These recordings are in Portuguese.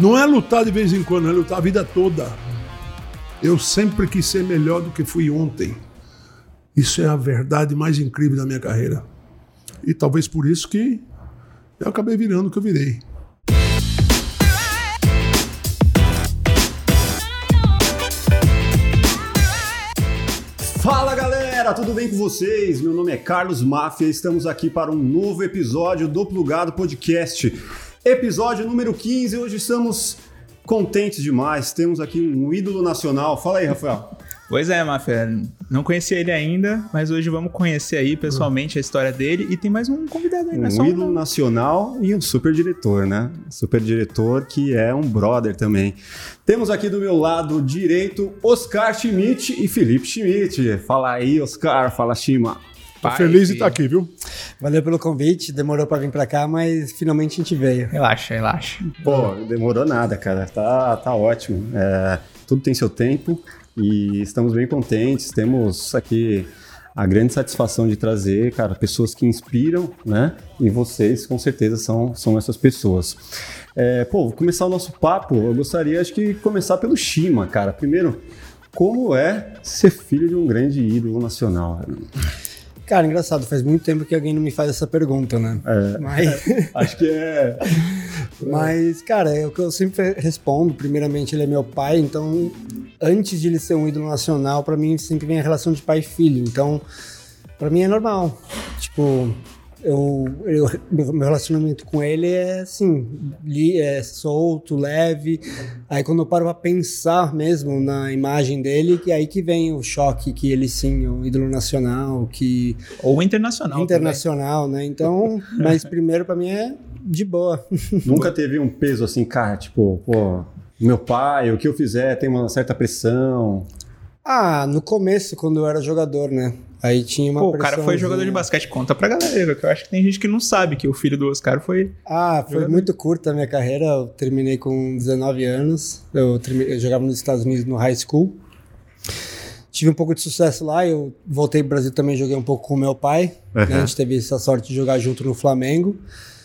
Não é lutar de vez em quando, é lutar a vida toda. Eu sempre quis ser melhor do que fui ontem. Isso é a verdade mais incrível da minha carreira. E talvez por isso que eu acabei virando o que eu virei. Fala galera, tudo bem com vocês? Meu nome é Carlos Máfia e estamos aqui para um novo episódio do Plugado Podcast. Episódio número 15, hoje estamos contentes demais, temos aqui um ídolo nacional. Fala aí, Rafael. Pois é, Mafia. Não conhecia ele ainda, mas hoje vamos conhecer aí pessoalmente a história dele. E tem mais um convidado aí, não é só Um ídolo um... nacional e um super diretor, né? Super diretor que é um brother também. Temos aqui do meu lado direito Oscar Schmidt e Felipe Schmidt. Fala aí, Oscar, fala Shima. Tô Pai, feliz de filho. estar tá aqui, viu? Valeu pelo convite, demorou pra vir pra cá, mas finalmente a gente veio. Relaxa, relaxa. Pô, demorou nada, cara. Tá, tá ótimo. É, tudo tem seu tempo e estamos bem contentes. Temos aqui a grande satisfação de trazer, cara, pessoas que inspiram, né? E vocês, com certeza, são, são essas pessoas. É, pô, vou começar o nosso papo. Eu gostaria, acho que, começar pelo Shima, cara. Primeiro, como é ser filho de um grande ídolo nacional? Cara, engraçado, faz muito tempo que alguém não me faz essa pergunta, né? É, Mas, acho que é. mas, cara, é o que eu sempre respondo. Primeiramente, ele é meu pai, então antes de ele ser um ídolo nacional, pra mim sempre vem a relação de pai e filho. Então, pra mim é normal. Tipo, eu, eu meu meu relacionamento com ele é assim, li, é solto, leve. Aí quando eu paro pra pensar mesmo na imagem dele, que é aí que vem o choque que ele sim é um ídolo nacional, que Ou internacional. internacional, né? Então, mas primeiro pra mim é de boa. Nunca teve um peso assim, cara, tipo, pô, meu pai, o que eu fizer tem uma certa pressão. Ah, no começo quando eu era jogador, né? Aí tinha uma Pô, o cara foi pressãozinha. jogador de um- basquete. Conta pra galera, que eu acho que tem gente que não sabe que o filho do Oscar foi. Ah, foi Jogador. muito curta a minha carreira. Eu terminei com 19 anos. Eu, termi- eu jogava nos Estados Unidos no high school. Tive um pouco de sucesso lá. Eu voltei pro Brasil também, joguei um pouco com meu pai. né? A gente teve essa sorte de jogar junto no Flamengo.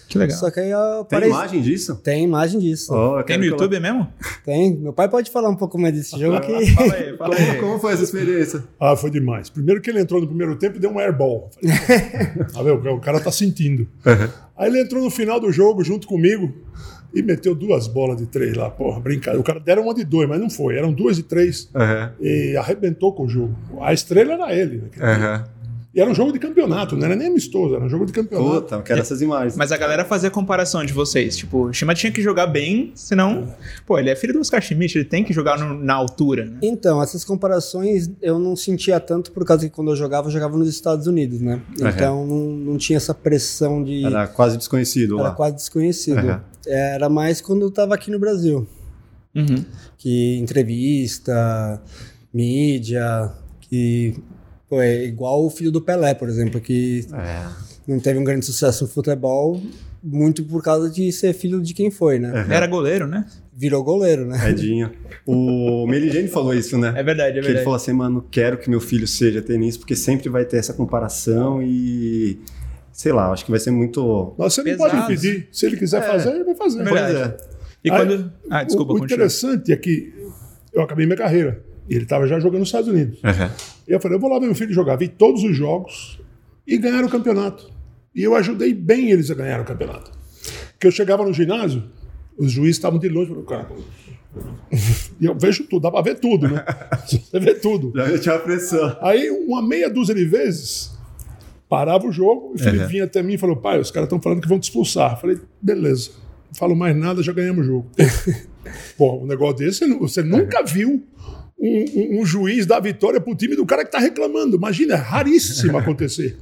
Que legal. Só que aí eu Tem parei. imagem disso? Tem imagem disso. Ó, eu Tem quero no que eu- YouTube mesmo? Tem. Meu pai pode falar um pouco mais desse jogo que. Fala aí, fala Como, é aí. como foi essa experiência? Ah, foi demais. Primeiro que ele entrou no primeiro tempo e deu um airball. Falei, tá vendo? O cara tá sentindo. Aí ele entrou no final do jogo junto comigo e meteu duas bolas de três lá. Porra, brincadeira. O cara deram uma de dois, mas não foi. Eram duas de três Aham, e arrebentou com o jogo. A estrela era ele. né? aham. E era um jogo de campeonato, não era nem amistoso, era um jogo de campeonato. Puta, eu quero essas imagens. Mas a galera fazia a comparação de vocês. Tipo, o Shima tinha que jogar bem, senão. Pô, ele é filho do Oscar Schmidt, ele tem que jogar no- na altura, né? Então, essas comparações eu não sentia tanto por causa que quando eu jogava, eu jogava nos Estados Unidos, né? Aham. Então não, não tinha essa pressão de. Era, Era quase desconhecido lá. quase desconhecido. Aham. Era mais quando eu tava aqui no Brasil. Uhum. Que entrevista, mídia, que. Pô, é igual o filho do Pelé, por exemplo, que É. não teve um grande sucesso no futebol, muito por causa de ser filho de quem foi, É. né? Ele era goleiro, né? Virou goleiro, né? Tadinho. É, O Meligene falou isso, né? É verdade, é que ele verdade. falou assim, mano, quero que meu filho seja tenista, porque sempre vai ter essa comparação e. Sei lá, acho que vai ser muito. Mas você não Pesado. pode impedir. Se ele quiser fazer, ele vai fazer. Verdade. Pois é. E Aí, quando. Ah, desculpa, o, o continua. interessante é que eu acabei minha carreira. E ele estava já jogando nos Estados Unidos. é. E eu falei, eu vou lá ver meu filho jogar. Vi todos os jogos e ganharam o campeonato. E eu ajudei bem eles a ganhar o campeonato. Porque eu chegava no ginásio, os juízes estavam de longe. Eu falei, cara, e eu vejo tudo, dá pra ver tudo, né? Você vê tudo. Já tinha a pressão. Aí, uma meia dúzia de vezes, parava o jogo e o Felipe Uhum. vinha até mim e falou: pai, os caras estão falando que vão te expulsar. Eu falei: beleza, não falo mais nada, já ganhamos o jogo. Pô, um negócio desse, você nu- você nunca viu. Um, um- um juiz dar vitória pro time do cara que tá reclamando. Imagina, é raríssimo acontecer.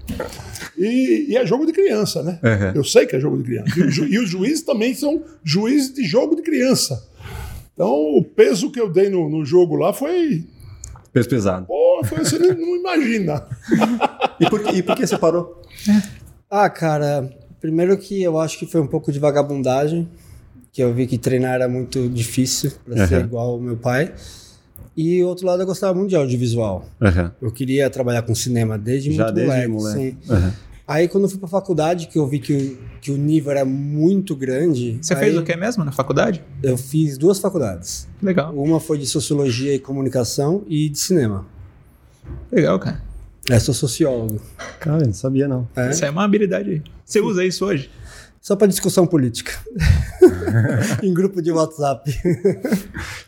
E, e é jogo de criança, né? Uhum. Eu sei que é jogo de criança. E, o ju- e os juízes também são juízes de jogo de criança. Então, o peso que eu dei no- no jogo lá foi Peso pesado. Pô, você não- assim, não imagina. E por, que- e por que você parou? Ah, cara, primeiro que eu acho que foi um pouco de vagabundagem, que eu vi que treinar era muito difícil para ser Aham. igual ao meu pai. E outro lado, eu gostava muito de audiovisual. Aham. Eu queria trabalhar com cinema desde Já muito desde moleque. moleque. sim. Aham. Aí quando eu fui pra faculdade, que eu vi que o, que o nível era muito grande. Você aí fez o que mesmo na faculdade? Eu fiz duas faculdades. Legal. Uma foi de sociologia e comunicação e de cinema. Legal, cara. Eu sou sociólogo. Cara, eu não sabia não. É? Isso é uma habilidade. aí. Você usa isso hoje? Só pra discussão política. em grupo de WhatsApp.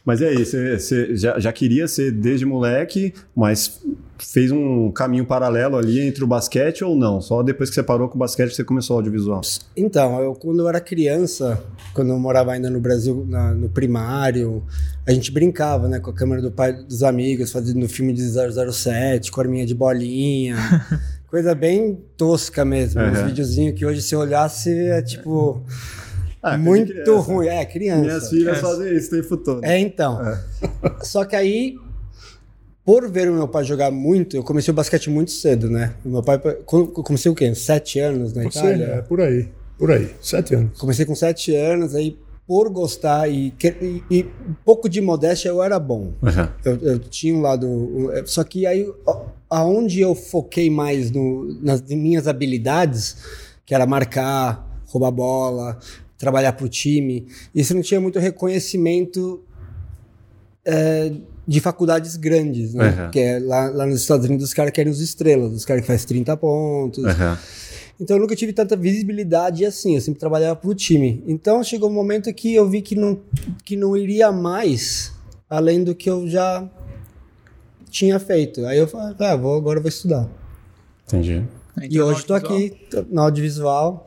Mas e aí, você, você já, já queria ser desde moleque, mas fez um caminho paralelo ali entre o basquete ou não? Só depois que você parou com o basquete você começou o audiovisual. Então, eu quando eu era criança, quando eu morava ainda no Brasil, na- no primário, a gente brincava, né, com a câmera do pai dos amigos, fazendo um filme de 007, com arminha de bolinha. Coisa bem tosca mesmo, uns Aham. videozinhos que hoje se olhasse é tipo Ah, coisa de muito criança. ruim, é criança. Minhas filhas É. É. fazem isso o tempo todo. É, então. Só que aí, por ver o meu pai jogar muito, eu comecei o basquete muito cedo, né? O meu pai, co- comecei o quê? Sete anos na Você Itália? é por aí, por aí, sete anos. Comecei com sete anos, aí por gostar e, que- e- e um pouco de modéstia eu era bom. Eu, eu tinha um lado. um, é, Só que aí, ó, aonde eu foquei mais no- nas minhas habilidades, que era marcar, roubar bola, trabalhar pro time, isso não tinha muito reconhecimento é, de faculdades grandes, né? Aham. Porque é lá, lá nos Estados Unidos os caras querem os estrelas, os caras que fazem 30 pontos, Aham. então eu nunca tive tanta visibilidade assim, eu sempre trabalhava pro time. Então chegou um momento que eu vi que não, que não iria mais além do que eu já tinha feito. Aí eu falei, ah, vou, agora eu vou estudar. Entendi. e hoje tô aqui tô na audiovisual.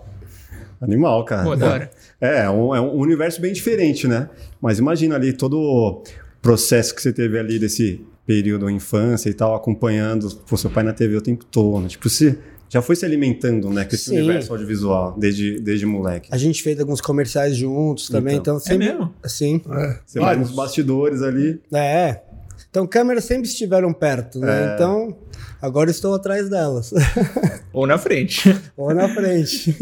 Animal, cara. Pô, da hora. É, é um, é um universo bem diferente, né? Mas imagina ali todo o processo que você teve ali desse período infância e tal, acompanhando pô, seu pai na TV o tempo todo. Tipo, você já foi se alimentando, né, com esse Sim. universo audiovisual desde, desde moleque. A gente fez alguns comerciais juntos também, então, É sempre mesmo? assim. É, Você vai vários. nos bastidores ali. É. Então câmeras sempre estiveram perto, É. né? Então agora estou atrás delas Ou na frente. ou na frente.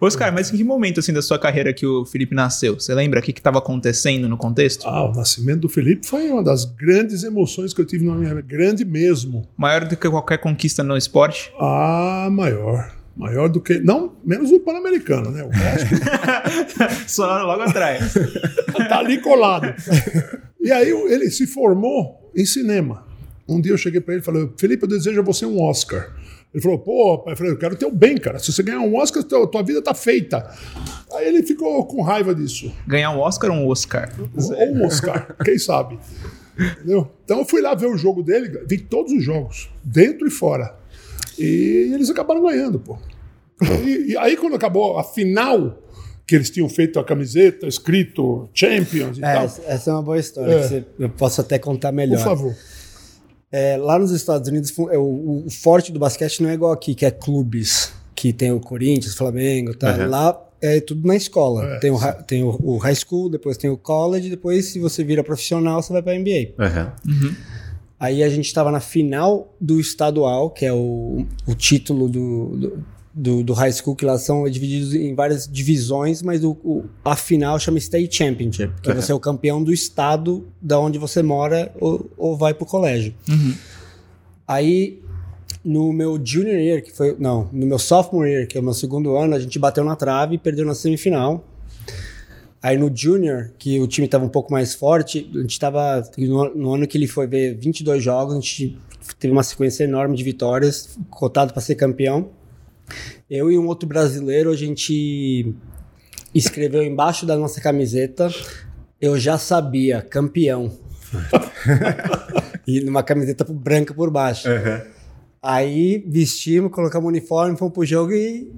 Oscar, mas em que momento assim da sua carreira que o Felipe nasceu? Você lembra o que estava acontecendo no contexto? Ah, o nascimento do Felipe foi uma das grandes emoções que eu tive na minha vida, grande mesmo. Maior do que qualquer conquista no esporte? Ah, maior. Maior do que. Não, menos o Pan-Americano, né? O resto Só logo atrás. tá ali colado. E aí o- ele se formou em cinema. Um dia eu cheguei pra ele e falei: Felipe, eu desejo a você um Oscar. Ele falou: pô, pai, eu falei: eu quero teu bem, cara. Se você ganhar um Oscar, teu- tua vida tá feita. Aí ele ficou com raiva disso. Ganhar um Oscar ou um Oscar? Ou um Oscar, quem sabe? Entendeu? Então eu fui lá ver o jogo dele, vi todos os jogos, dentro e fora. E eles acabaram ganhando, pô. E, e aí, quando acabou a final, que eles tinham feito a camiseta, escrito Champions e É, tal. essa é uma boa história. Então. É. que você- eu posso até contar melhor. Por favor. É, lá nos Estados Unidos, fu- é, o, o forte do basquete não é igual aqui, que é clubes, que tem o Corinthians, Flamengo, tá? Aham. Lá é tudo na escola. É, tem o, hi- tem o- o high school, depois tem o college, depois se você vira profissional, você vai pra NBA. Aham. Aí a gente tava na final do estadual, que é o, o título do, do, do- do high school, que lá são divididos em várias divisões, mas o, o- a final chama State Championship, que Aham. você é o campeão do estado da onde você mora ou, ou vai pro colégio. Uhum. Aí, no meu junior year, que foi. Não, no meu sophomore year, que é o meu segundo ano, a gente bateu na trave e perdeu na semifinal. Aí no junior, que o time tava um pouco mais forte, a gente tava. No, no ano que ele foi ver 22 jogos, a gente teve uma sequência enorme de vitórias, cotado para ser campeão. Eu e um outro brasileiro, a gente escreveu embaixo da nossa camiseta. Eu já sabia, campeão. e numa camiseta branca por baixo. Aham. Aí vestimos, colocamos o uniforme, fomos pro jogo e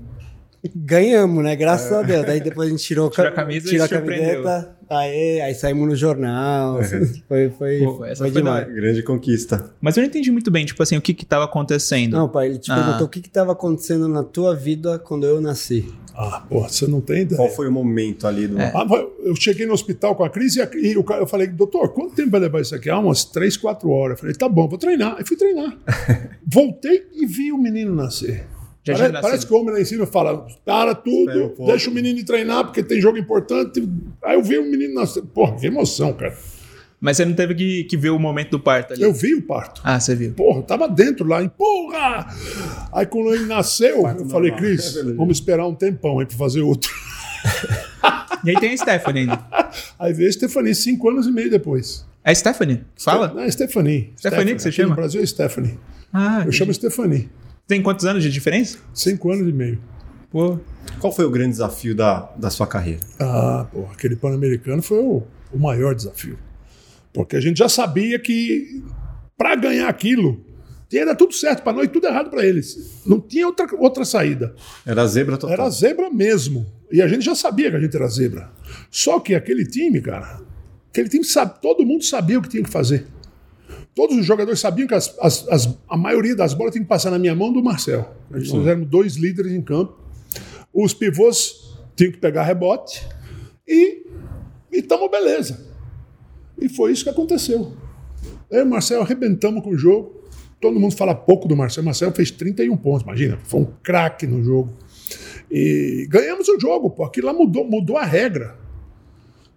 ganhamos, né? Graças a Deus. Aí depois a gente tirou, Tirou a ca- camisa e tirou a se surpreendeu. É. camiseta. Aí, aí saímos no jornal. assim, Foi, foi, Pô, foi essa foi da demais. hora. Grande conquista. Mas eu não entendi muito bem, tipo assim, o que que tava acontecendo. Não, pai, ele te Ah. perguntou o que estava acontecendo na tua vida quando eu nasci. Ah, porra, você não tem ideia. Qual foi o momento ali É. do. Ah, mas eu cheguei no hospital com a crise e, a- e o cara- eu falei, doutor, quanto tempo vai levar isso aqui? Ah, umas três, quatro horas. Eu falei, tá bom, vou treinar. Aí fui treinar. Voltei e vi o menino nascer. Já Pare- tinha nascido. parece que o homem lá em cima fala, para Espera um tudo, pouco. um deixa o menino treinar, porque tem jogo importante. Aí eu vi o menino nascer. Porra, que emoção, cara. Mas você não teve que, que ver o momento do parto ali? Eu vi o parto. Ah, você viu. Porra, eu tava dentro lá, e porra! Aí quando ele nasceu, eu falei, Cris, vamos esperar um tempão aí pra fazer outro. E aí tem a Stephanie ainda. Aí veio a Stephanie, cinco anos e meio depois. É Stephanie? Fala? Não, é Stephanie. Stephanie que você Aqui chama? No Brasil é Stephanie. Ah, Eu chamo Stephanie. tem quantos anos de diferença? Cinco anos e meio. Pô. Qual foi o grande desafio da, da sua carreira? Ah, porra, aquele Pan-Americano foi o, o maior desafio. Porque a gente já sabia que para ganhar aquilo, tinha- era tudo certo para nós e tudo errado para eles. Não tinha outra, outra saída. Era a zebra total. Era zebra mesmo. E a gente já sabia que a gente era zebra. Só que aquele time, cara, aquele time sabe, todo mundo sabia o que tinha que fazer. Todos os jogadores sabiam que as- as- as- a maioria das bolas tinha que passar na minha mão do Marcel. Nós éramos dois líderes em campo. Os pivôs tinham que pegar rebote e estamos beleza. E foi isso que aconteceu. Eu e o Marcel arrebentamos com o jogo. Todo mundo fala pouco do Marcel. O Marcel fez 31 pontos, imagina. Foi um craque no jogo. E ganhamos o jogo, pô. Aquilo lá mudou, mudou a regra.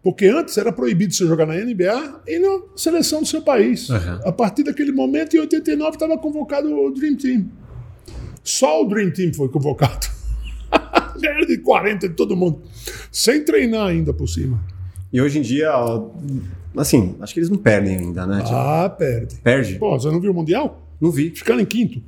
Porque antes era proibido você jogar na NBA e na seleção do seu país. Aham. A partir daquele momento, em 89, estava convocado o Dream Team. Só o Dream Team foi convocado. Ganharam de 40 de todo mundo. Sem treinar ainda por cima. E hoje em dia, ó, assim, acho que eles não perdem ainda, né? Tipo, Ah, perde. perde? Pô, você não viu o Mundial? Não vi. Ficaram em quinto.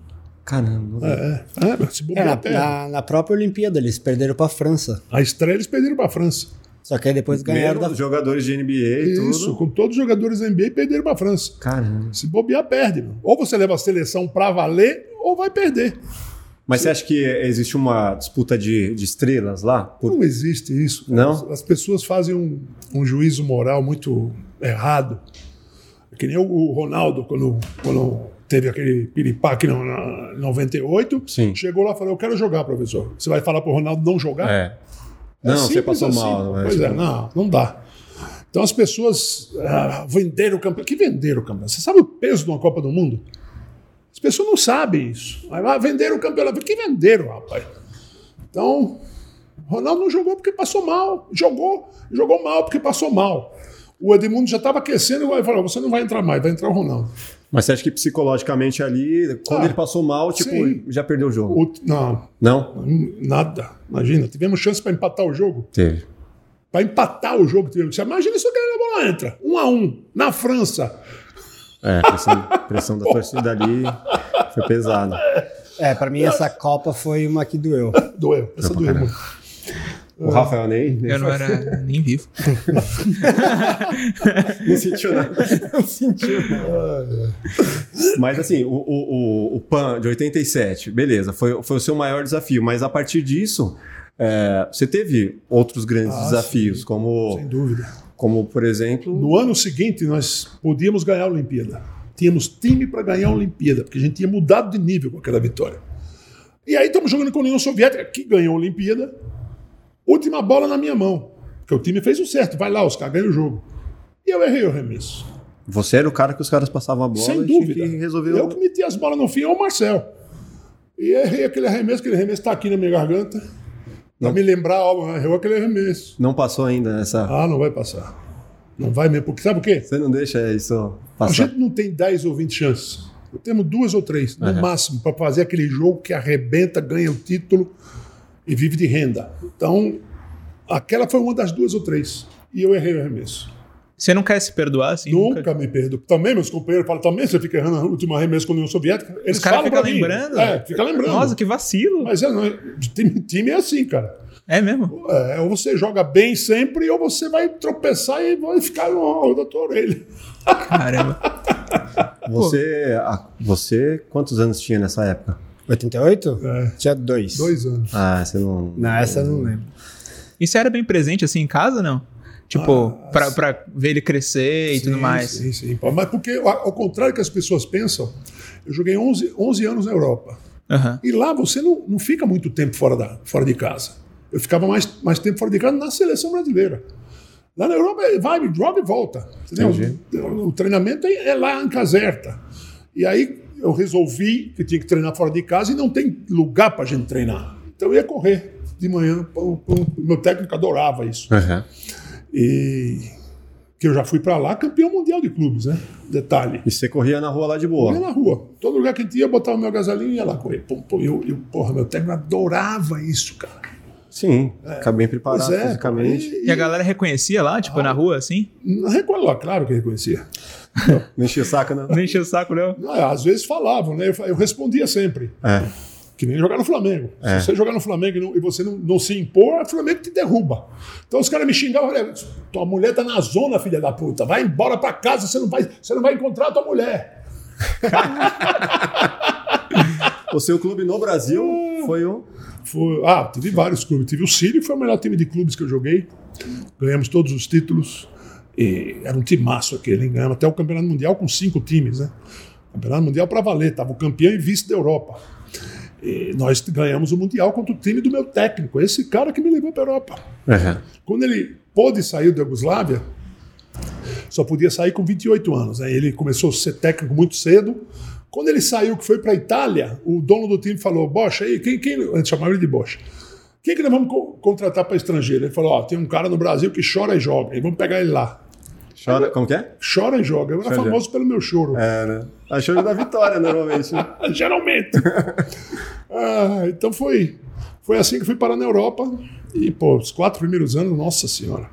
Caramba, não vi. É, é mas se É, bobear na, até. na- na própria Olimpíada, eles perderam pra França. A estreia eles perderam para a França. Só que aí depois ganharam Ganharam da os jogadores de NBA e tudo. Isso, com todos os jogadores da NBA perderam para a França. Caramba. Se bobear, perde. Mano. Ou você leva a seleção para valer, ou vai perder. Mas você acha que existe uma disputa de, de estrelas lá? Por- Não existe isso. cara. Não? As pessoas fazem um, um juízo moral muito errado. É Que nem o- o Ronaldo, quando, quando teve aquele piripaque no- na- em 98, Sim. chegou lá e falou: Eu quero jogar, professor. Você vai falar para o Ronaldo não jogar? É. Não, você simples passou assim, mal. pô. né? Pois é, Tipo, não, não dá. Então as pessoas ah, venderam o campeonato. Que venderam o campeonato? Você sabe o peso de uma Copa do Mundo? As pessoas não sabem isso. Aí lá venderam o campeonato. Que venderam, rapaz? Então, Ronaldo não jogou porque passou mal. Jogou, jogou mal porque passou mal. O Edmundo já estava aquecendo e falou: você não vai entrar mais, vai entrar o Ronaldo. Mas você acha que psicologicamente ali, quando Ah, ele passou mal, tipo, sim. já perdeu o jogo? O- não, Não? nada. Imagina, tivemos chance para empatar o jogo. Teve. Para empatar o jogo, tivemos chance. Imagina se o cara a bola entra. Um a um, na França. É, pressão, pressão da torcida ali foi pesada. É, pra mim essa Copa foi uma que doeu. Doeu, essa doeu muito. O É. Rafael Ney né, Eu não era nem vivo. não sentiu nada. Não sentiu. Mas assim, o, o, o, o PAN de 87, beleza, foi, foi o seu maior desafio. Mas a partir disso, é, você teve outros grandes Ah, desafios, Sem como, dúvida. como, por exemplo, No ano seguinte, nós podíamos ganhar a Olimpíada. Tínhamos time para ganhar a Olimpíada, porque a gente tinha mudado de nível com aquela vitória. E aí estamos jogando com a União Soviética, que ganhou a Olimpíada. Última bola na minha mão. Porque o time fez o certo. Vai lá, os caras ganham o jogo. E eu errei o remesso. você era o cara que os caras passavam a bola Sem e tinha dúvida. que resolver Eu o- que meti as bolas no fim, é o Marcel. E errei aquele arremesso, aquele arremesso está aqui na minha garganta. Pra Não. me lembrar, ó, errou aquele arremesso. Não passou ainda nessa. Ah, não vai passar. Não vai mesmo. Porque sabe o quê? Você não deixa isso A passar. gente não tem 10 ou 20 chances. Temos duas ou três, no máximo, para fazer aquele jogo que arrebenta, ganha o título e vive de renda. Então, aquela foi uma das duas ou três. E eu errei o arremesso. Você não quer se perdoar assim? nunca, me perdo. Também meus companheiros falam, também você fica errando o último arremesso com a União Soviética. Eles Os caras falam ficam pra mim. lembrando? É, fica lembrando. Nossa, que vacilo. Mas é, não, é- time, time é assim, cara. É mesmo? É, ou você joga bem sempre, ou você vai tropeçar e vai ficar no, na tua orelha. Caramba. Você, a- você, quantos anos tinha nessa época? 88? É. Tinha dois. Dois anos. Ah, você não. Não, essa eu não lembro. E você era bem presente assim em casa, não? Tipo, pra, pra ver ele crescer e tudo Ah, Sim, mais. Sim, sim. Pô, Mas porque, ao ao contrário que as pessoas pensam, eu joguei 11, 11 anos na Europa. Aham. E lá você não, não fica muito tempo fora, da, fora de casa. Eu ficava mais, mais tempo fora de casa na seleção brasileira. Lá na Europa, vai, joga e volta. entendeu? Entendi. O, o treinamento é, é lá em Caserta. E aí eu resolvi que tinha que treinar fora de casa e não tem lugar para gente treinar. Então eu ia correr de manhã. pum, pum. Meu técnico adorava isso. Aham. E que eu já fui para lá campeão mundial de clubes, né? Detalhe. E você corria na rua lá de Eu boa. ia na rua. Todo lugar que tinha, eu botava o meu gasolinho e ia lá correr. Pum, pum. eu, eu, porra, meu técnico adorava isso, cara. Sim, fica bem preparado Pois é. fisicamente. E, E a galera reconhecia lá, tipo, na rua, assim? e, recordo lá, claro que reconhecia. Não enchia o saco, né? não. Não encheu o saco, não? Ah, Às vezes falavam, né? Eu, fa- eu respondia sempre. É. Que nem jogar no Flamengo. Se você jogar no Flamengo e, não- e você não, não se impor, o Flamengo te derruba. Então os caras me xingavam, olha, tua mulher tá na zona, filha da puta. Vai embora pra casa, você não vai, você não vai encontrar a tua mulher. O seu clube no Brasil foi o. Foi- ah, tive vários clubes. Tive o Círio, foi o melhor time de clubes que eu joguei. Ganhamos todos os títulos. E era um timaço aquele, hein? Ganhamos até o Campeonato Mundial com cinco times, né? Campeonato Mundial pra valer, tava o campeão e vice da Europa. E nós ganhamos o Mundial contra o time do meu técnico, esse cara que me levou pra Europa. É. Quando ele pôde sair da Yugoslávia, só podia sair com 28 anos. Aí ele começou a ser técnico muito cedo. Quando ele saiu, que foi para a Itália, o dono do time falou: Bocha, aí, quem, quem. Antes chamava ele de Bocha. Quem que nós vamos co- contratar para estrangeiro? Ele falou: Ó, tem um cara no Brasil que chora e joga, e vamos pegar ele lá. Chora. Como que é? Chora e joga. Eu era Chora e joga. famoso pelo meu choro. É, né? A chora da vitória, normalmente. né? Ah, Geralmente. Ah, então foi, foi assim que fui parar na Europa. E, pô, os quatro primeiros anos, nossa senhora.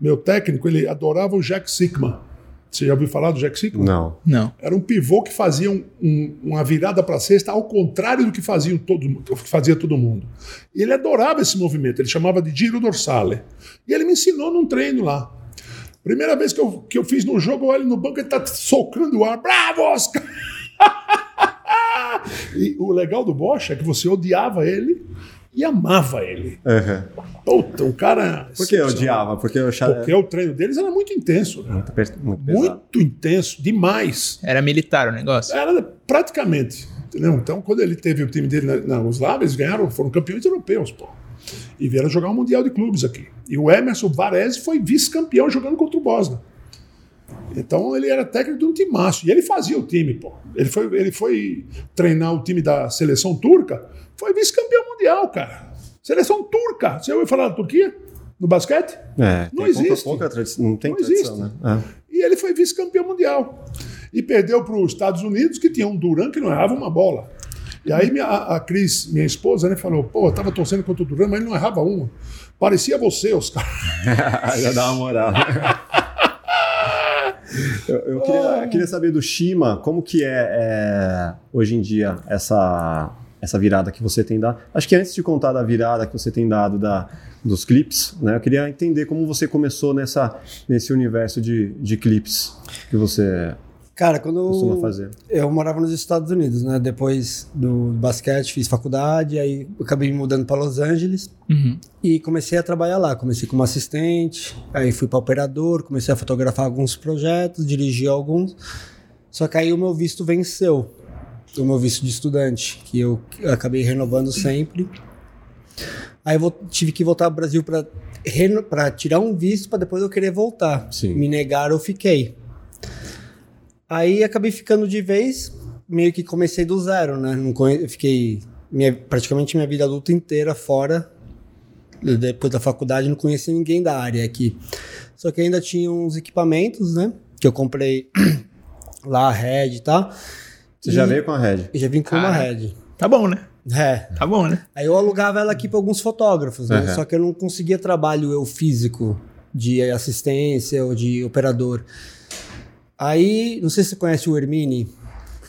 Meu técnico, ele adorava o Jack Sigma. Você já ouviu falar do Jack Sigma? Não. Não. Era um pivô que fazia um- um- uma virada para cesta ao contrário do que, faziam todo, mu- do que fazia todo mundo. E ele adorava esse movimento, ele chamava de giro dorsale. E ele me ensinou num treino lá. Primeira vez que eu, que eu fiz no jogo, eu olho no banco, ele tá socando o ar. Bravo, Oscar! e o legal do Bosch é que você odiava ele e amava ele. Uhum. Puta, o cara... Por que eu odiava? Porque eu achava. Porque o treino deles era muito intenso. né? Muito, pe- muito pesado. Muito intenso, demais. Era militar o negócio? Era praticamente. Entendeu? Então, quando ele teve o time dele na, na Yugoslávia, eles ganharam, foram campeões europeus, pô. E vieram jogar um Mundial de Clubes aqui. E o Emerson Varese foi vice-campeão jogando contra o Bosna. Então ele era técnico de um timaço. E ele fazia o time, pô. Ele foi, ele foi treinar o time da seleção turca, foi vice-campeão mundial, cara. Seleção turca. Você ouviu falar da Turquia? No basquete? É, Não tem pouca- existe. Pouca tradição, não tem Não tradição, existe. né? E ele foi vice-campeão mundial. E perdeu para os Estados Unidos, que tinha um Duran que não errava uma bola. E aí minha- a, a Cris, minha esposa, né, falou: pô, eu tava torcendo contra o Duran, mas ele não errava uma. Parecia você, Oscar. É. Já dá uma moral. Eu, eu queria, eu queria saber do Shima, como que é, é, hoje em dia essa, essa virada que você tem dado. Acho que antes de contar da virada que você tem dado da, dos clipes, né, eu queria entender como você começou nessa, nesse universo de, de clipes que você Cara, quando costuma eu, fazer. eu morava nos Estados Unidos, né? Depois do basquete, fiz faculdade, aí acabei me mudando para Los Angeles É. Uhum. e comecei a trabalhar lá. Comecei como assistente, aí fui para operador, comecei a fotografar alguns projetos, dirigi alguns. Só que aí o meu visto venceu, o meu visto de estudante, que eu acabei renovando sempre. Aí eu vol- tive que voltar para Brasil para tirar um visto para depois eu querer voltar. Sim. Me negaram, eu fiquei. Aí acabei ficando de vez, meio que comecei do zero, né? Não conhe- eu fiquei minha- praticamente minha vida adulta inteira fora. E Depois da faculdade, não conhecia ninguém da área aqui. Só que ainda tinha uns equipamentos, né? Que eu comprei lá, a Red e tal. Você já E- veio com a Red? Eu já vim com uma Cara. Red. Tá bom, né? É. Tá bom, né? Aí eu alugava ela aqui para alguns fotógrafos, né? Aham. Só que eu não conseguia trabalho eu físico de assistência ou de operador. Aí, não sei se você conhece o Hermini,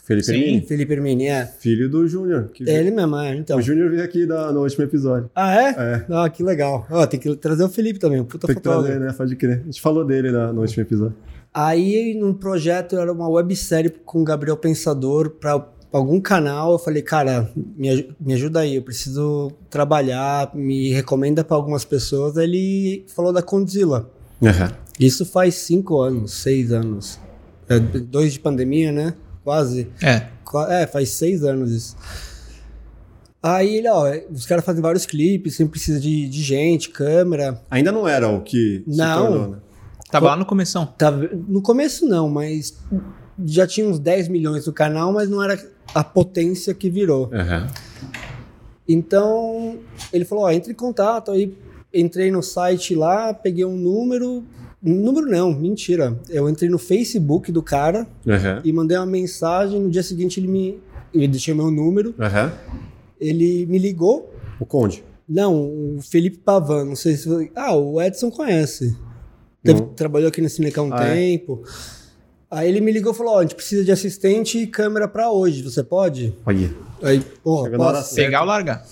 Felipe Sim. Hermini? Felipe Hermini, é. Filho do Júnior. que É ele mesmo, é, então. O Júnior veio aqui da- no último episódio. Ah, é? É. Ah, que legal. Ó, tem que trazer o Felipe também, um puta Tem que fotógrafo. trazer, né? Pode crer. A gente falou dele na- no último episódio. Aí, num projeto, era uma websérie com o Gabriel Pensador para algum canal. Eu falei, cara, me, aj- me ajuda aí, eu preciso trabalhar, me recomenda para algumas pessoas. Aí Ele falou da Condzilla. Isso faz cinco anos, seis anos. É, dois de pandemia, né? Quase. É. Qua- É, faz seis anos isso. Aí ele, ó, os caras fazem vários clipes, sempre precisa de, de gente, câmera. Ainda não era o que Não. se tornou, né? Tava lá no começão. Tá, no começo não, mas já tinha uns 10 milhões no canal, mas não era a potência que virou. Então, ele falou, ó, entre em contato. Aí entrei no site lá, peguei um número, Número não, mentira. Eu entrei no Facebook do cara Aham. e mandei uma mensagem. No dia seguinte ele me. Ele deixou meu número. Aham. Ele me ligou. O Conde. Não, o Felipe Pavan, não sei se. Ah, o Edson conhece. Teve- Uhum. trabalhou aqui no Cineca há um Ah, é? tempo. Aí ele me ligou e falou: Ó, a gente precisa de assistente e câmera pra hoje, você pode? Olha. Aí, porra, Chega na hora posso. certa. Pegar ou largar?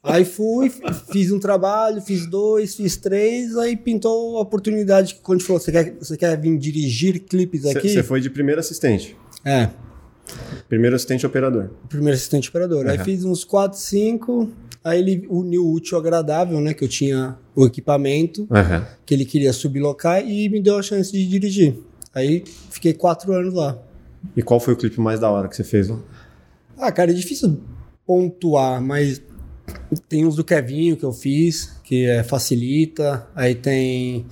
Aí fui, fiz um trabalho, fiz dois, fiz três, aí pintou a oportunidade que quando falou: você quer, você quer vir dirigir clipes aqui? Você foi de primeiro assistente. É, Primeiro assistente operador. primeiro assistente operador. Aí Aham. fiz uns quatro, cinco, aí ele uniu o útil ao agradável, né? Que eu tinha o equipamento. Aham. que ele queria sublocar e me deu a chance de dirigir. Aí fiquei quatro anos lá. E qual foi o clipe mais da hora que você fez? lá? Ah, cara, é difícil pontuar, mas tem uns do Kevinho que eu fiz, que é facilita. Aí tem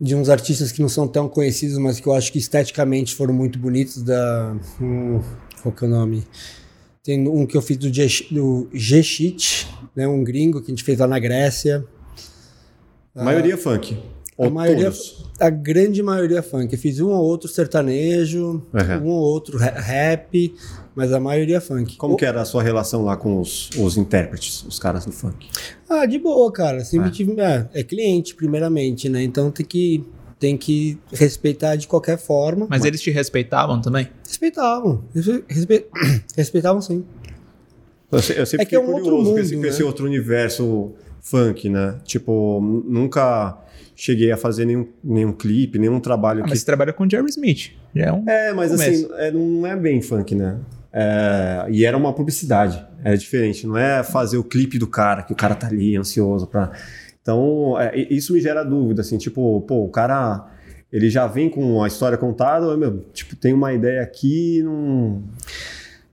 de uns artistas que não são tão conhecidos, mas que eu acho que esteticamente foram muito bonitos. Da. hum, qual que é o nome? Tem um que eu fiz do G- do G-Shit, né? um gringo que a gente fez lá na Grécia. A maioria funk. Ou Ah, a maioria, todos. a grande maioria é funk. Eu fiz um ou outro sertanejo, Aham. um ou outro ra- rap, mas a maioria é funk. Como que era a sua relação lá com os, os intérpretes, os caras do funk? Ah, de boa, cara. Sempre É. tive, é, é cliente primeiramente, né? Então tem que tem que respeitar de qualquer forma. Mas eles te respeitavam também? Ah, Respeitavam, respe- respe- respeitavam sim. Eu, se- eu sempre É que fiquei é um outro curioso com, esse, mundo, com esse né? outro universo funk, né? Tipo, n- nunca cheguei a fazer nenhum, nenhum clipe, nenhum trabalho Ah, que mas você trabalha com Jerry Smith. Já é um. É, mas Começa. assim, é, não é bem funk, né? É, e era uma publicidade, era diferente. Não é fazer o clipe do cara, que o cara tá ali ansioso pra. Então, é, i- isso me gera dúvida, assim, tipo, pô, o cara. Ele já vem com a história contada, ou é, meu, tipo, tem uma ideia aqui, não.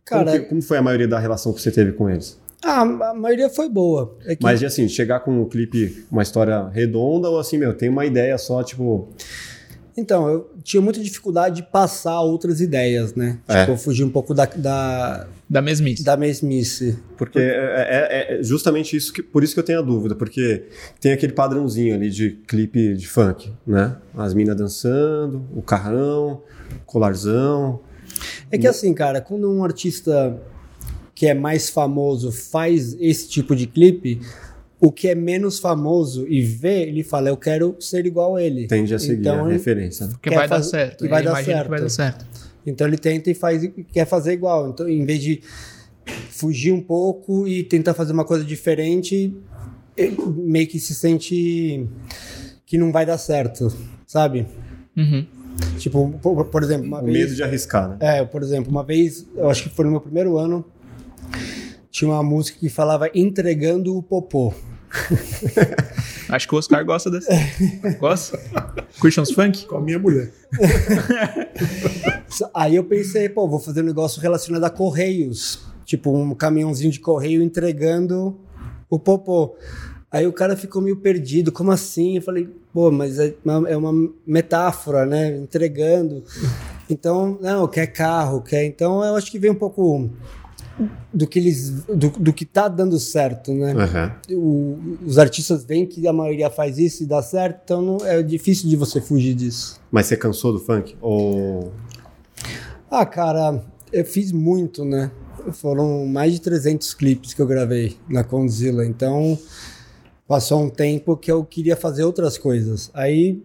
Cara, como, que- como foi a maioria da relação que você teve com eles? ah, a maioria foi boa. É que Mas de assim, chegar com um clipe, uma história redonda, ou assim, meu, tem uma ideia só, tipo. Então, eu tinha muita dificuldade de passar outras ideias, né? É. Tipo, eu fugi um pouco da, da, Da mesmice. da mesmice. Porque é, é- é justamente isso que. Por isso que eu tenho a dúvida, porque tem aquele padrãozinho ali de clipe de funk, né? As minas dançando, o carrão, o colarzão. É que assim, cara, quando um artista que é mais famoso faz esse tipo de clipe, o que é menos famoso e vê, ele fala, eu quero ser igual a ele. Tende a seguir Então, a ele- referência. né? Que quer vai dar fazer- certo. que vai Eu dar imagino certo. que vai dar certo. Então ele tenta e faz, quer fazer igual. Então, em vez de fugir um pouco e tentar fazer uma coisa diferente, ele meio que se sente que não vai dar certo, sabe? Uhum. Tipo, por, por exemplo, uma O vez... medo de arriscar, né? É, por exemplo, uma vez, eu acho que foi no meu primeiro ano, tinha uma música que falava entregando o popô. Acho que o Oscar gosta desse. gosta? Curte uns funk? Com a minha mulher. Aí eu pensei, pô, vou fazer um negócio relacionado a correios, tipo um caminhãozinho de correio entregando o popô. Aí o cara ficou meio perdido, como assim? Eu falei, pô, mas é uma, é uma metáfora, né? Entregando. Então, não, quer carro, quer. Então eu acho que vem um pouco do que eles. do, do que tá dando certo, né? Aham. o- os artistas veem que a maioria faz isso e dá certo, então não- é difícil de você fugir disso. Mas você cansou do funk? Ou. Ah, cara, eu fiz muito, né? Foram mais de 300 clipes que eu gravei na Condzilla, então passou um tempo que eu queria fazer outras coisas. Aí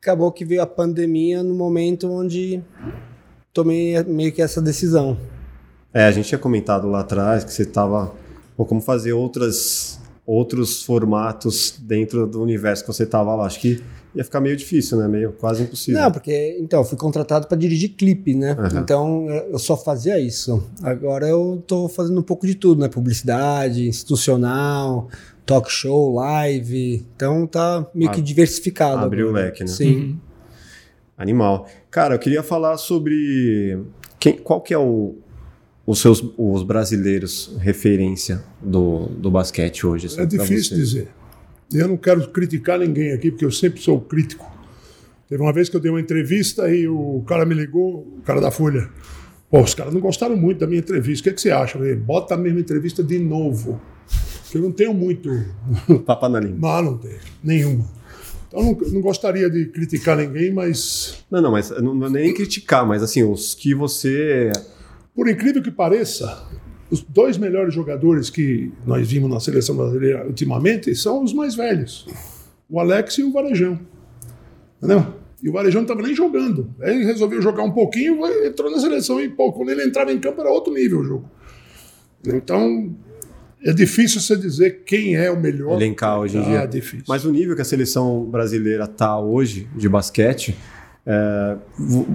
acabou que veio a pandemia no momento onde tomei meio que essa decisão. É, a gente tinha comentado lá atrás que você tava. Ou como fazer outras, outros formatos dentro do universo que você tava lá. Acho que ia ficar meio difícil, né? Meio quase impossível. Não, porque então eu fui contratado para dirigir clipe, né? Aham. Então eu eu só fazia isso. Agora eu tô fazendo um pouco de tudo, né? Publicidade, institucional, talk show, live. Então tá meio que Ab- diversificado. abriu o agora. leque, né? Sim. Uhum. Animal. Cara, eu queria falar sobre quem, qual que é o, os seus os brasileiros referência do, do basquete hoje. assim, É pra difícil você? dizer. Eu não quero criticar ninguém aqui, porque eu sempre sou crítico. Teve uma vez que eu dei uma entrevista e o cara me ligou, o cara da Folha. Pô, os caras não gostaram muito da minha entrevista. O que, é que você acha? Eu falei, bota a mesma entrevista de novo. Porque eu não tenho muito Papa na língua. Não, não tem. Nenhuma. Então não, não gostaria de criticar ninguém, mas Não, não, mas não, não é nem criticar, mas assim, os que você. Por incrível que pareça, os dois melhores jogadores que nós vimos na seleção brasileira ultimamente são os mais velhos: o Alex e o Varejão. Entendeu? E o Varejão não estava nem jogando. Aí ele resolveu jogar um pouquinho, vai- entrou na seleção e pô, quando ele entrava em campo era outro nível o jogo. Então é difícil você dizer quem é o melhor. Elencar hoje em dia. Ah, difícil. Mas o nível que a seleção brasileira tá hoje de basquete, é, vo-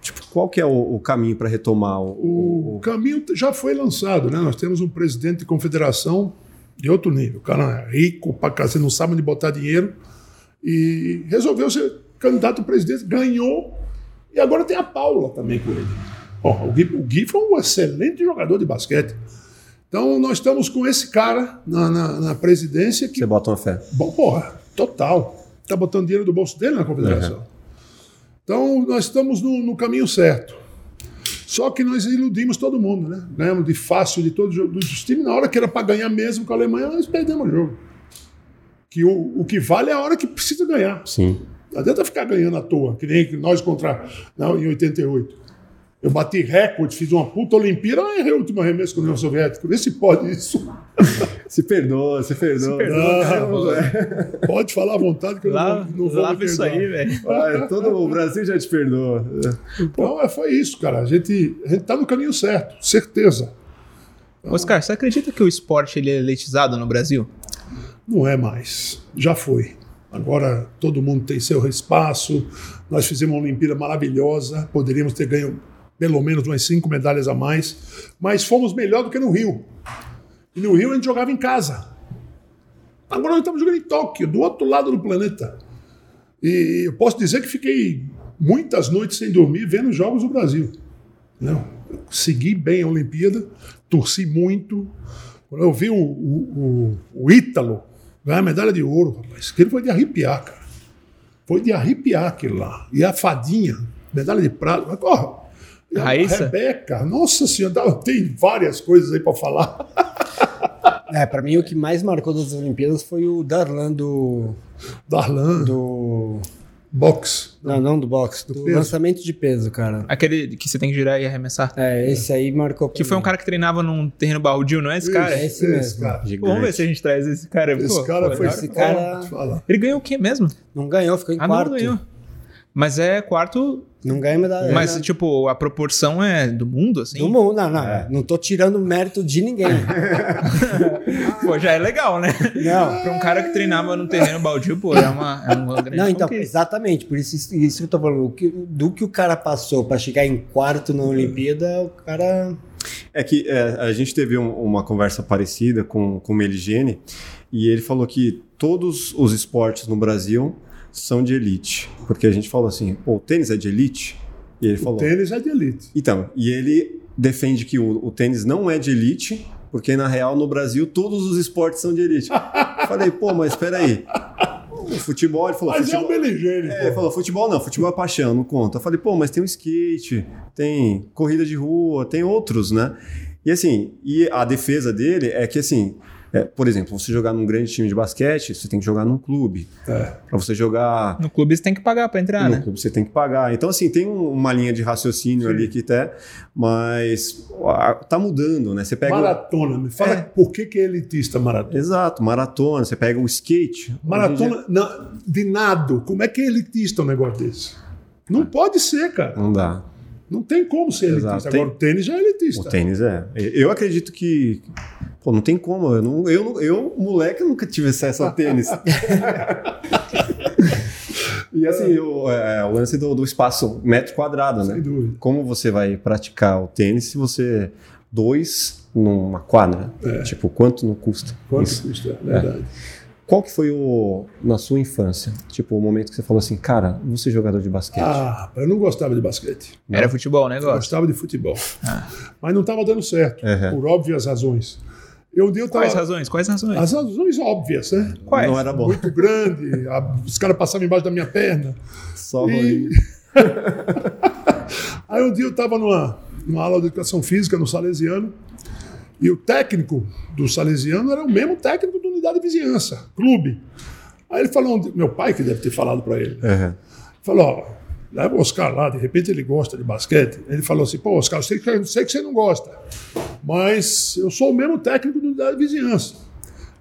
tipo, qual que é o, o caminho para retomar o, O caminho já foi lançado, né? Nós temos um presidente de confederação de outro nível. O cara é rico pra cacete, não sabe onde botar dinheiro. E resolveu ser candidato a presidente, ganhou. E agora tem a Paula também com ele. Ó, o, Gui, o Gui foi um excelente jogador de basquete. Então nós estamos com esse cara na, na- na presidência que Você bota uma fé. Bom, porra, total. Tá botando dinheiro do bolso dele na confederação. Então, nós estamos no, no caminho certo. Só que nós iludimos todo mundo, né? Ganhamos de fácil de todos os- dos times. Na hora que era para ganhar mesmo com a Alemanha, nós perdemos o jogo. Que o, o que vale é a hora que precisa ganhar. Sim. Não adianta ficar ganhando à toa, que nem nós contra. Não, em 88. Eu bati recorde, fiz uma puta Olimpíada, mas errei o último arremesso com a União Soviética. Vê se pode isso. Se perdoa, se perdoa. perdoa, Pode falar à vontade um que eu não, Lá, não vou me lava isso perdoar. aí, velho. Ai, Ah, é, todo o Brasil já te perdoa. Então é, foi isso, cara. A gente, a gente tá no caminho certo, certeza. Oscar, você acredita que o esporte ele é elitizado no Brasil? Não é mais. Já foi. Agora todo mundo tem seu espaço. Nós fizemos uma Olimpíada maravilhosa. Poderíamos ter ganho pelo menos umas cinco medalhas a mais. Mas fomos melhor do que no Rio. E no Rio a gente jogava em casa. Agora nós estamos jogando em Tóquio, do outro lado do planeta. E eu posso dizer que fiquei muitas noites sem dormir vendo os jogos do Brasil. Não, eu segui bem a Olimpíada, torci muito. Quando eu vi o, o, o- o Ítalo ganhar a medalha de ouro, rapaz, aquilo foi de arrepiar, cara. Foi de arrepiar aquilo lá. E a fadinha, medalha de prata. mas, Porra, e a Raíssa? Rebeca, nossa senhora, tem várias coisas aí para falar. É, pra mim o que mais marcou das Olimpíadas foi o Darlan do. Darlan, do box. não, não do boxe, do, peso. lançamento de peso, cara. Aquele que você tem que girar e arremessar. É, esse aí marcou. pra Que foi um mim. cara que treinava num terreno baldio, não é esse cara? é esse mesmo. cara. Vamos ver se a gente traz esse cara. Esse Pô, cara pô, foi. da hora. Esse cara- Ó, fala. Ele ganhou o quê mesmo? Não ganhou, ficou em Ah, não, quarto. não ganhou. Mas é quarto. Não ganha medalha. mas, né? tipo, a proporção é do mundo, assim? do mundo, não, não, É. não tô tirando mérito de ninguém. Pô, já é legal, né? Não. pra um cara que treinava num terreno baldio, pô, é uma, é uma grande um Não, então, conquista. exatamente, por isso, isso que eu tô falando. O que- do que o cara passou pra chegar em quarto na Olimpíada, o cara. É que é, a gente teve um- uma conversa parecida com, com o Meligene e ele falou que todos os esportes no Brasil são de elite. Porque a gente falou assim, pô, o tênis é de elite? E ele falou. Tênis é de elite. Então, e ele defende que o, o tênis não é de elite, porque na real no Brasil todos os esportes são de elite. Eu Falei, pô, mas peraí. O futebol, ele falou, Mas é futebol, um beligênio. é, ele falou, futebol não, futebol é paixão, não conta. Eu falei, pô, mas tem o skate, tem corrida de rua, tem outros, né? E assim, e a defesa dele é que assim, é, por exemplo, você jogar num grande time de basquete, você tem que jogar num clube. É. Pra você jogar No clube você tem que pagar pra entrar, no né? clube você tem que pagar. Então, assim, tem um- uma linha de raciocínio ali que até, mas ah, tá mudando, né? Você pega. o- Maratona, me fala É. por que, que é elitista a maratona. Exato, maratona, você pega o skate. Hoje em dia- Maratona na- de nado, como é que é elitista um negócio desse? Não pode ser, cara. Não dá. Não tem como ser Exato. elitista. Tem- Agora, o tênis já é elitista. O tênis é. Eu acredito que. Pô, não tem como. Eu, não, eu, não- eu, moleque, nunca tive acesso a tênis. e assim, o, é, o lance do, do espaço metro quadrado, né? Sem dúvida. como você vai praticar o tênis se você dois numa quadra? É. Tipo, quanto não custa? Quanto isso? custa? É verdade. Qual que foi o na sua infância? Tipo, o momento que você falou assim, cara, vou ser jogador de basquete. Ah, eu não gostava de basquete. Não. Era futebol o Eu negócio. gostava de futebol. Ah. Mas não estava dando certo, Uhum. por óbvias razões. Eu, um dia eu tava... Quais razões? Quais razões? As razões óbvias, né? Quais? Não é- era bom. Muito grande, a- os caras passavam embaixo da minha perna. Só E- rolinho. Aí um dia eu estava numa, numa aula de educação física no Salesiano e o técnico do Salesiano era o mesmo técnico do Unidade de Vizinhança, clube. Aí ele falou, um- meu pai que deve ter falado para ele, Aham. falou, ó, leva o Oscar lá, de repente ele gosta de basquete. Ele falou assim, pô, Oscar, eu sei que, eu sei que você não gosta, mas eu sou o mesmo técnico do- da vizinhança.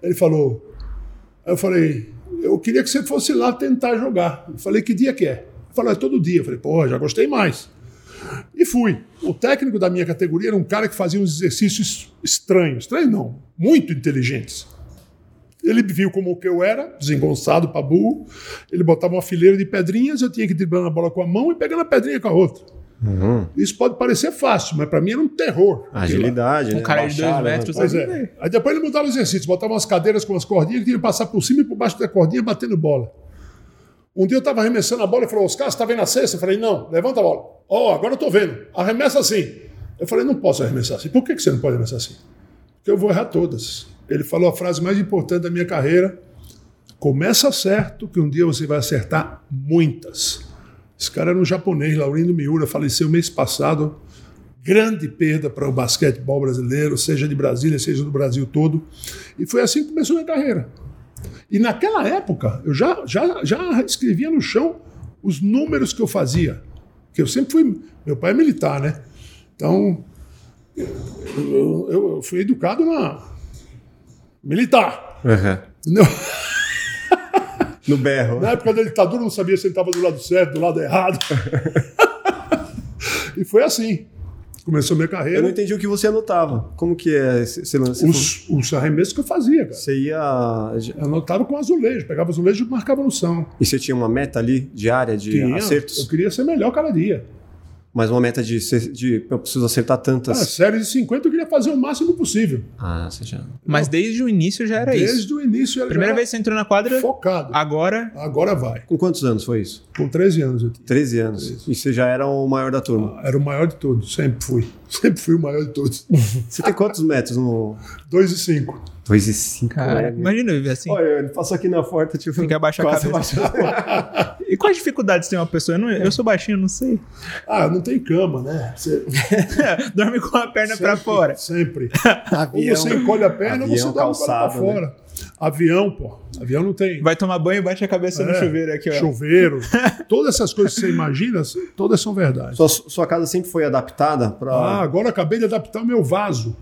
Ele falou, aí eu falei, eu queria que você fosse lá tentar jogar. Eu falei, que dia que é? Ele falou, é todo dia. Eu falei, pô, já gostei mais. E fui. O técnico da minha categoria era um cara que fazia uns exercícios estranhos. Estranhos não, muito inteligentes. Ele viu como que eu era, desengonçado pra burro. Ele botava uma fileira de pedrinhas, eu tinha que driblando a bola com a mão e pegando a pedrinha com a outra. Isso pode parecer fácil, mas pra mim era um terror. Agilidade, né? Um cara de dois Baixada, né? metros Pois ali, é. velho. Aí depois ele mudava os exercícios, botava umas cadeiras com umas cordinhas que tinha que passar por cima e por baixo da cordinha batendo bola. Um dia eu estava arremessando a bola e falou: Oscar, você está vendo a cesta? Eu falei: Não, levanta a bola. Ó, agora eu estou vendo. Arremessa assim. Eu falei: Não posso arremessar assim. Por que, que você não pode arremessar assim? Porque eu vou errar todas. Ele falou a frase mais importante da minha carreira: Começa certo, que um dia você vai acertar muitas. Esse cara era um japonês, Laurindo Miura, faleceu mês passado. Grande perda para o basquetebol brasileiro, seja de Brasília, seja do Brasil todo. E foi assim que começou a minha carreira. E naquela época, eu já, já, já escrevia no chão os números que eu fazia. Porque eu sempre fui. Meu pai é militar, né? Então, eu, eu- eu fui educado na. militar. Aham. Entendeu? No berro. Na época da ditadura, eu não sabia se ele estava do lado certo, do lado errado. e foi assim. Começou minha Eu não carreira. entendi o que você anotava. Como que é esse esse lance? Os, os arremessos que eu fazia, cara. Você ia. Eu anotava com azulejo, pegava azulejo e marcava no chão. E você tinha uma meta ali diária de Tinha- Eu acertos? queria ser melhor cada dia. Mas uma meta de, ser- de. Eu preciso acertar Cara, tantas. série de 50 eu queria fazer o máximo possível. Ah, você já. Mas desde o início já era Desde É isso. o início eu Primeira já vez que você entrou na quadra, era focado. agora Agora vai. Com quantos anos foi isso? Com 13 anos eu tinha. 13 anos. E você já era o maior da turma. Era o maior de todos, sempre fui. Sempre fui o maior de todos. Você tem quantos metros no. 2 e 5. 2 e 5. Cara, imagina viver assim. Olha, ele passou aqui na porta, tipo. Tem que abaixar a quase cabeça. abaixou. E quais dificuldades tem uma pessoa? Eu, não- eu sou baixinho, eu não sei. Ah, não tem cama, né? Você- Dorme com a perna pra sempre- fora. Sempre. Ou Avião. você encolhe a perna ou você Avião, dá uma para calçado, né? fora. Avião, pô. Avião não tem. Vai tomar banho e bate a cabeça no É, chuveiro aqui, ó. Chuveiro. Todas essas coisas que você imagina, todas são verdade. Sua, sua casa sempre foi adaptada Ah, pra agora eu acabei de adaptar o meu vaso.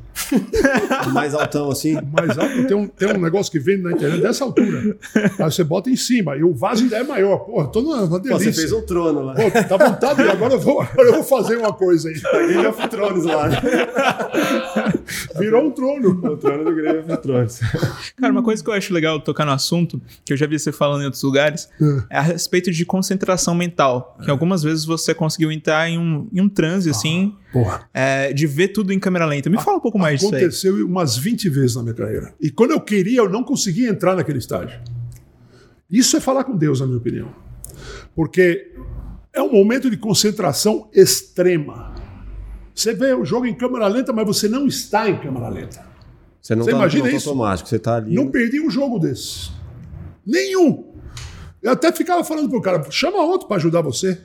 Ah. mais altão assim? Mais alto, tem um, tem um negócio que vende na internet dessa altura. Aí você bota em cima, e o vaso ainda é maior. Porra, tô numa uma Pô, delícia. você fez um trono lá. Pô, tá vontade, agora eu, vou, agora eu vou fazer uma coisa aí. Game of Thrones é lá. né? Virou um trono. O trono do Game of Thrones. Cara, Hum. uma coisa que eu acho legal tocar no assunto, que eu já vi você falando em outros lugares, Ah. é a respeito de concentração mental. Que algumas vezes você conseguiu entrar em um, em um transe, assim, Porra. é, de ver tudo em câmera lenta. Me fala um pouco mais disso aí. Aconteceu umas 20 vezes na minha carreira. E quando eu queria, eu não conseguia entrar naquele estágio. Isso é falar com Deus, na minha opinião. Porque é um momento de concentração extrema. Você vê o jogo em câmera lenta, mas você não está em câmera lenta. Você não Você tá imagina não tá isso? automático, você tá ali. Não perdi um jogo desse. Nenhum. Eu até ficava falando pro cara, chama outro para ajudar você.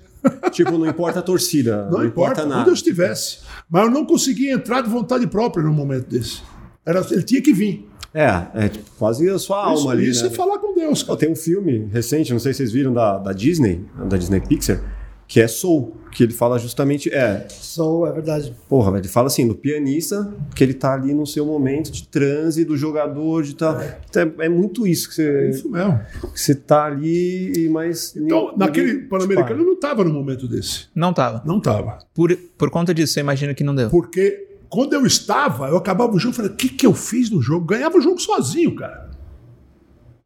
Tipo, não importa a torcida, não, Não, importa, onde nada. eu estivesse. Mas eu não conseguia entrar de vontade própria num momento desse. Era, ele tinha que vir. É, é tipo, quase a sua isso alma ali. isso né? é falar com Deus, Ó, cara. Tem um filme recente, não sei se vocês viram, da, da Disney, da Disney Pixar, que é Soul, que ele fala justamente. É, Sou, é verdade. porra, velho, ele fala assim, do pianista, que ele tá ali no seu momento de transe, do jogador, de tal. Então, É, é muito isso que É você, isso mesmo. que você tá ali, mas. Então, ninguém- naquele ninguém Pan-Americano eu te não estava num momento desse. Não tava. Não estava. Por, por conta disso, eu imagino que não deu. Porque quando eu estava, eu acabava o jogo e falei, o que, que eu fiz no jogo? Ganhava o jogo sozinho, cara.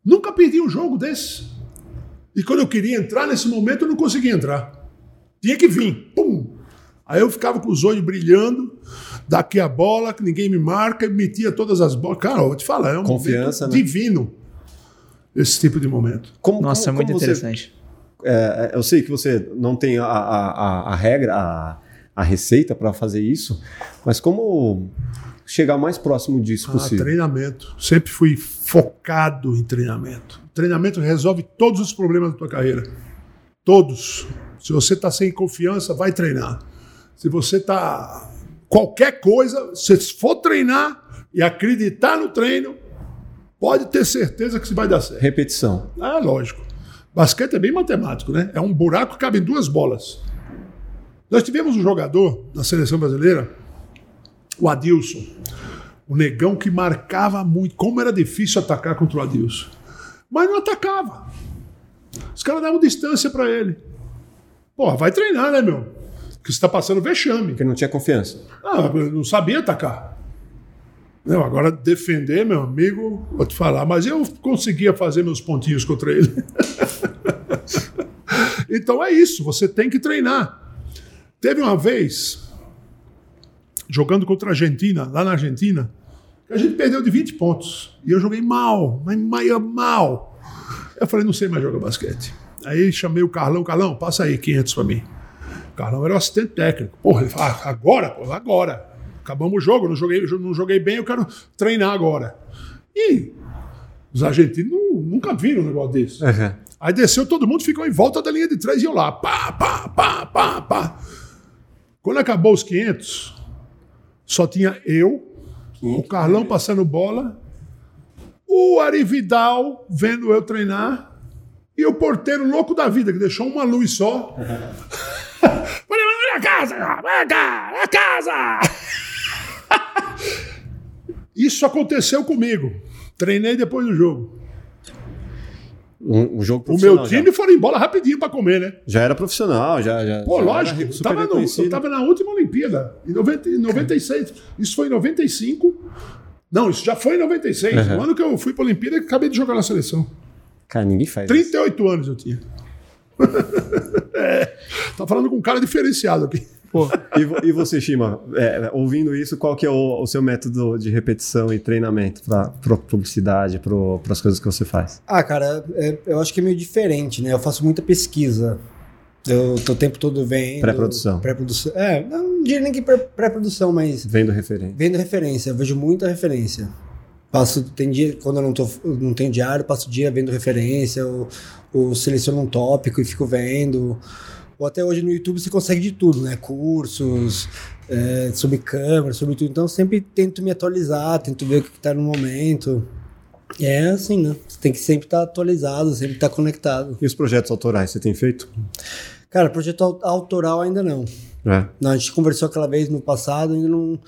Nunca perdi um jogo desse. E quando eu queria entrar nesse momento, eu não conseguia entrar. Tinha que vir. Pum! Aí eu ficava com os olhos brilhando, daqui a bola, que ninguém me marca, e metia todas as bolas. Cara, eu vou te falar, é um Confiança, momento né? divino. Esse tipo de momento. Como, Nossa, é como- muito como você- interessante. é, é, eu sei que você não tem a, a- a- a regra, a, a receita para fazer isso, mas como chegar mais próximo disso Ah, é possível? treinamento. Sempre fui focado em treinamento. Treinamento resolve todos os problemas da tua carreira. Todos. Se você está sem confiança, vai treinar. Se você tá está. Qualquer coisa, se for treinar e acreditar no treino, pode ter certeza que isso vai dar certo. Repetição. Ah, lógico. Basquete é bem matemático, né? É um buraco que cabe em duas bolas. Nós tivemos um jogador na seleção brasileira, o Adilson. O negão que marcava muito. Como era difícil atacar contra o Adilson. Mas não atacava. Os caras davam distância para ele. Porra, vai treinar, né, meu? Porque você tá passando vexame. Porque não tinha confiança. Ah, eu não sabia atacar. Não, agora defender, meu amigo, vou te falar, mas eu conseguia fazer meus pontinhos contra ele. então é isso, você tem que treinar. Teve uma vez, jogando contra a Argentina, lá na Argentina, que a gente perdeu de 20 pontos. E eu joguei mal, mas mal. Eu falei, não sei mais jogar basquete. Aí chamei o Carlão, Carlão, passa aí 500 para mim. O Carlão era o assistente técnico. Porra, ele falou, "Ah, agora, pô, agora. Acabamos o jogo, não joguei, não joguei bem, eu quero treinar agora. E os argentinos nu- nunca viram um negócio desse. Aí desceu todo mundo, ficou em volta da linha de três e eu lá, pá, pá, pá, pá, pá. Quando acabou os 500, só tinha eu, o Carlão passando bola, o Ari Vidal vendo eu treinar e o porteiro louco da vida, que deixou uma luz só. Falei, vai na minha casa, vai cá, na casa! Isso aconteceu comigo. Treinei depois do jogo. Um, um jogo O meu profissional. time foram embora rapidinho pra comer, né? Já, já era profissional, já. já Pô, já lógico, era eu super tava, no- reconhecido. eu tava na última Olimpíada, em 90, em 96. Isso foi em 95. Não, isso já foi em 96. Uhum. O ano que eu fui pra Olimpíada, que acabei de jogar na seleção. Cara, ninguém faz. isso. 38 anos eu tinha. É, tá falando com um cara diferenciado aqui. Pô, E, vo- e você, Shima, é, ouvindo isso, qual que é o, o seu método de repetição e treinamento para publicidade, para as coisas que você faz? Ah, cara, é- eu acho que é meio diferente, né? Eu faço muita pesquisa. Eu tô o tempo todo vendo. Pré-produção. Pré-produção. É, não diria nem que pré- pré-produção, mas Vendo referência. vendo referência. Eu vejo muita referência. Passo, tem dia, quando eu não, tô, eu não tenho diário, passo o dia vendo referência, ou, ou seleciono um tópico e fico vendo. Ou até hoje no YouTube você consegue de tudo, né? Cursos, é, sobre câmera, sobre tudo. Então eu sempre tento me atualizar, tento ver o que que tá no momento. É assim, né? Você tem que sempre estar atualizado, sempre estar conectado. E os projetos autorais, você tem feito? Cara, projeto au- autoral ainda não. É. Não, a gente conversou aquela vez no passado, ainda não,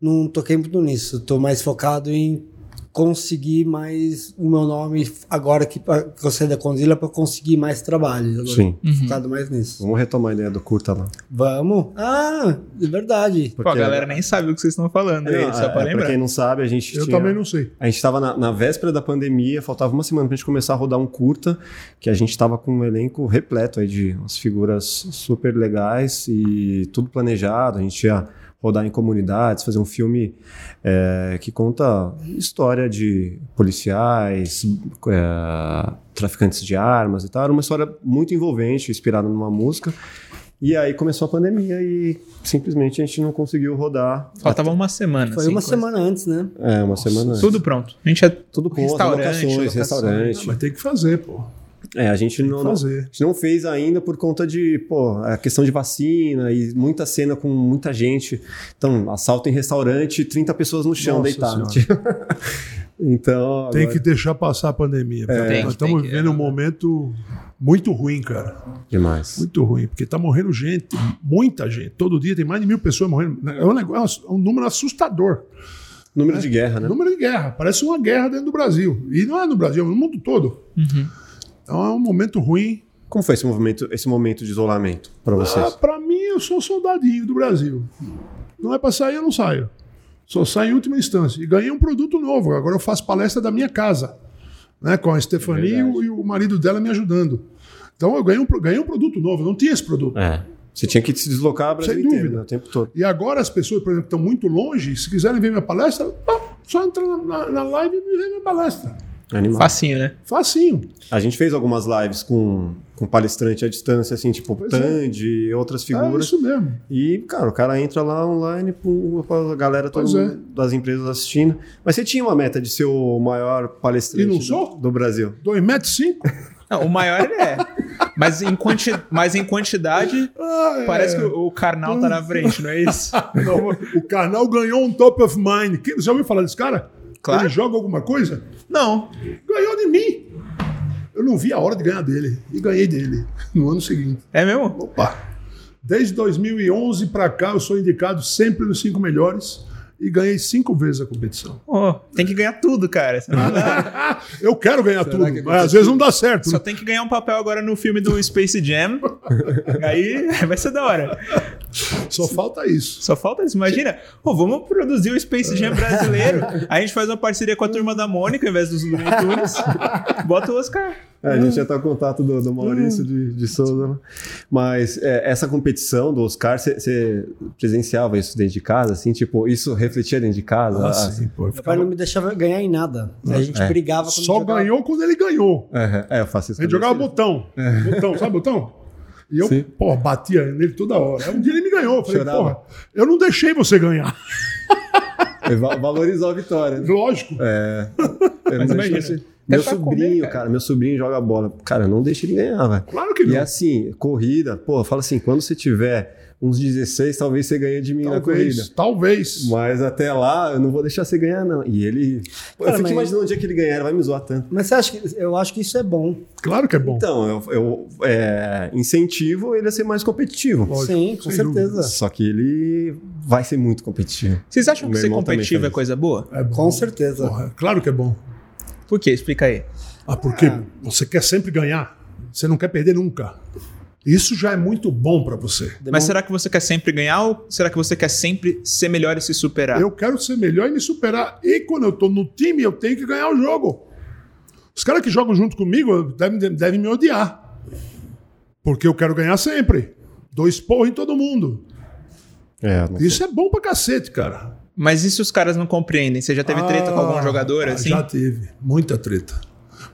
não toquei muito nisso. Estou mais focado em conseguir mais o meu nome agora que pa- que eu saí da Conzilla para conseguir mais trabalho. Agora Sim. tô Focado mais nisso. Vamos retomar a ideia do curta lá. Vamos? Ah, é verdade. pô, a galera nem sabe o que vocês estão falando aí, Não, só pra é, pra lembrar. quem não sabe, a gente Eu tinha- também não sei. A gente estava na, na véspera da pandemia, faltava uma semana para a gente começar a rodar um curta, que a gente estava com um elenco repleto aí de umas figuras super legais e tudo planejado. A gente ia rodar em comunidades, fazer um filme eh, que conta história de policiais, eh, traficantes de armas e tal. Era uma história muito envolvente, inspirada numa música. E aí começou a pandemia e simplesmente a gente não conseguiu rodar Faltava uma semana. Foi assim, uma quase. semana antes, né? é, uma semana. antes. Tudo pronto. A gente é Tudo com Restaurante, locações, locações. Ah, restaurante. mas tem que fazer, pô. É, a gente não, não- a fazer. gente não fez ainda por conta de, pô, a questão de vacina e muita cena com muita gente. Então, assalto em restaurante, 30 pessoas no chão Nossa deitadas. então, Tem que agora- deixar passar a pandemia. porque Tem que- nós estamos tem que- vivendo um momento muito ruim, cara. demais. Muito ruim, porque tá morrendo gente, muita gente. Todo dia tem mais de mil pessoas morrendo. É um, negócio, é um número assustador. Número É. de guerra, né? Número de guerra. Parece uma guerra dentro do Brasil. E não é no Brasil, é no mundo todo. Então é um momento ruim. Como foi esse movimento, esse momento de isolamento para Ah, vocês? pra mim, eu sou soldadinho do Brasil. Não é pra sair, eu não saio. Só saio em última instância. E ganhei um produto novo. Agora eu faço palestra da minha casa. Né, com a Stefania e o- e o marido dela me ajudando. Então eu ganhei um, pro- ganhei um produto novo. Eu não tinha esse produto. É. Você tinha que se deslocar o Brasil Sem inteiro, dúvida. né, o tempo todo. E agora as pessoas, por exemplo, estão muito longe, se quiserem ver minha palestra, pá, só entra na, na- na live e vê minha palestra. Animal. facinho, né? Facinho. A gente fez algumas lives com, com palestrante à distância, assim, tipo Pois é. Tandy e outras É figuras. isso mesmo. E, cara, o cara entra lá online, pô, a galera todo Pois é. mundo das empresas assistindo. Mas você tinha uma meta de ser o maior palestrante E não do- sou? do Brasil. 2,5m? Não, o maior ele é. Mas em, quanti... Mas em quantidade, parece que o o carnal tá na frente, é. não é isso? o canal ganhou um top of mind. Quem, já ouviu falar desse cara? Claro. Ele joga alguma coisa? Não. Ganhou de mim. Eu não vi a hora de ganhar dele. E ganhei dele no ano seguinte. É mesmo? Opa! Desde 2011 para cá, eu sou indicado sempre nos cinco melhores e ganhei cinco vezes a competição. Ó, tem que ganhar tudo, cara. Você Ah. não dá- Eu quero ganhar Será tudo, que mas às vezes não dá certo. né? Só tem que ganhar um papel agora no filme do Space Jam. Aí vai ser da hora. Só falta isso. Só falta isso. Imagina, pô, vamos produzir o Space Jam brasileiro. Aí a gente faz uma parceria com a turma da Mônica ao invés dos Looney Tunes. Bota o Oscar. É, a gente já tá com o contato do, do Maurício de, de Souza, né? Mas é, essa competição do Oscar, você presenciava isso dentro de casa, assim? Tipo, isso refletia dentro de casa? Ah, assim? sim, pô, eu Meu pai ficava- não me deixava ganhar em nada. A gente É. brigava quando Só jogava. ganhou quando ele ganhou. É, é, eu faço isso Ele também. jogava botão. Botão, sabe botão? E eu, É. Sim. pô, batia nele toda hora. Aí Um dia ele me ganhou. Eu falei, Chorava. porra, eu não deixei você ganhar. É, va- Valorizou a vitória, né? Lógico. É. Eu Mas não imagina, né? deixo- assim, É Meu até pra sobrinho, comer, cara. cara. meu sobrinho joga bola. Cara, não deixa ele ganhar, velho. Claro que E não. assim, corrida, pô, fala assim, quando você tiver uns 16, talvez você ganhe de mim na corrida. Talvez, talvez. Mas até lá, eu não vou deixar você ganhar, não. E ele. Pô, eu Cara, fico mas- imaginando um dia que ele ganhar, ele vai me zoar tanto. Mas você acha que eu acho que isso é bom. Claro que é bom. Então, eu, eu, é, incentivo ele a ser mais competitivo. Lógico, Sim, com sem certeza. Só que ele vai ser muito competitivo. Vocês acham que Meu ser irmão também competitivo é faz coisa boa? É bom. Com certeza. Porra, claro que é bom. Por quê? Explica aí. Ah, porque É. você quer sempre ganhar. Você não quer perder nunca. Isso já é muito bom pra você. Mas será que você quer sempre ganhar ou será que você quer sempre ser melhor e se superar? Eu quero ser melhor e me superar. E quando eu tô no time, eu tenho que ganhar o jogo. Os caras que jogam junto comigo devem, devem me odiar. Porque eu quero ganhar sempre. Dou esporro em todo mundo. É, não sei. Isso é bom pra cacete, cara. Mas e se os caras não compreendem? Você já teve treta com algum Ah, jogador assim? Já tive. Muita treta.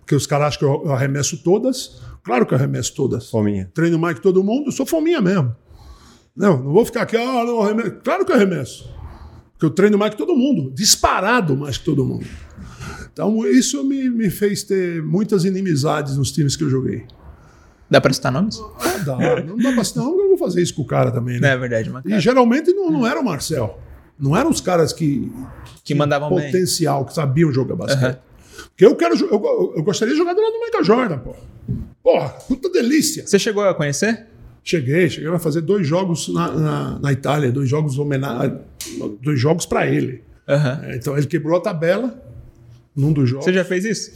Porque os caras acham que eu- eu arremesso todas. Claro que eu arremesso todas. Fominha. treino mais que todo mundo, eu sou fominha mesmo. Não, não vou ficar aqui, ah, não, arremesso. Claro que eu arremesso. Porque eu treino mais que todo mundo, disparado mais que todo mundo. Então, isso me, me fez ter muitas inimizades nos times que eu joguei. Dá pra citar nomes? Ah, dá, não dá pra senão eu vou fazer isso com o cara também, Não é né? verdade, mas E geralmente não, não era o Marcel. Não eram os caras que. Que mandavam bem. Potencial, que sabiam jogar basquete. Aham. Porque eu quero. jo- Eu, go- eu gostaria de jogar do lado do Michael Jordan, pô. Porra, puta delícia. Você chegou a conhecer? Cheguei, cheguei a fazer dois jogos na, na, na Itália, dois jogos homenagem, dois jogos para ele. Aham. É, Então ele quebrou a tabela num dos jogos. Você já fez isso?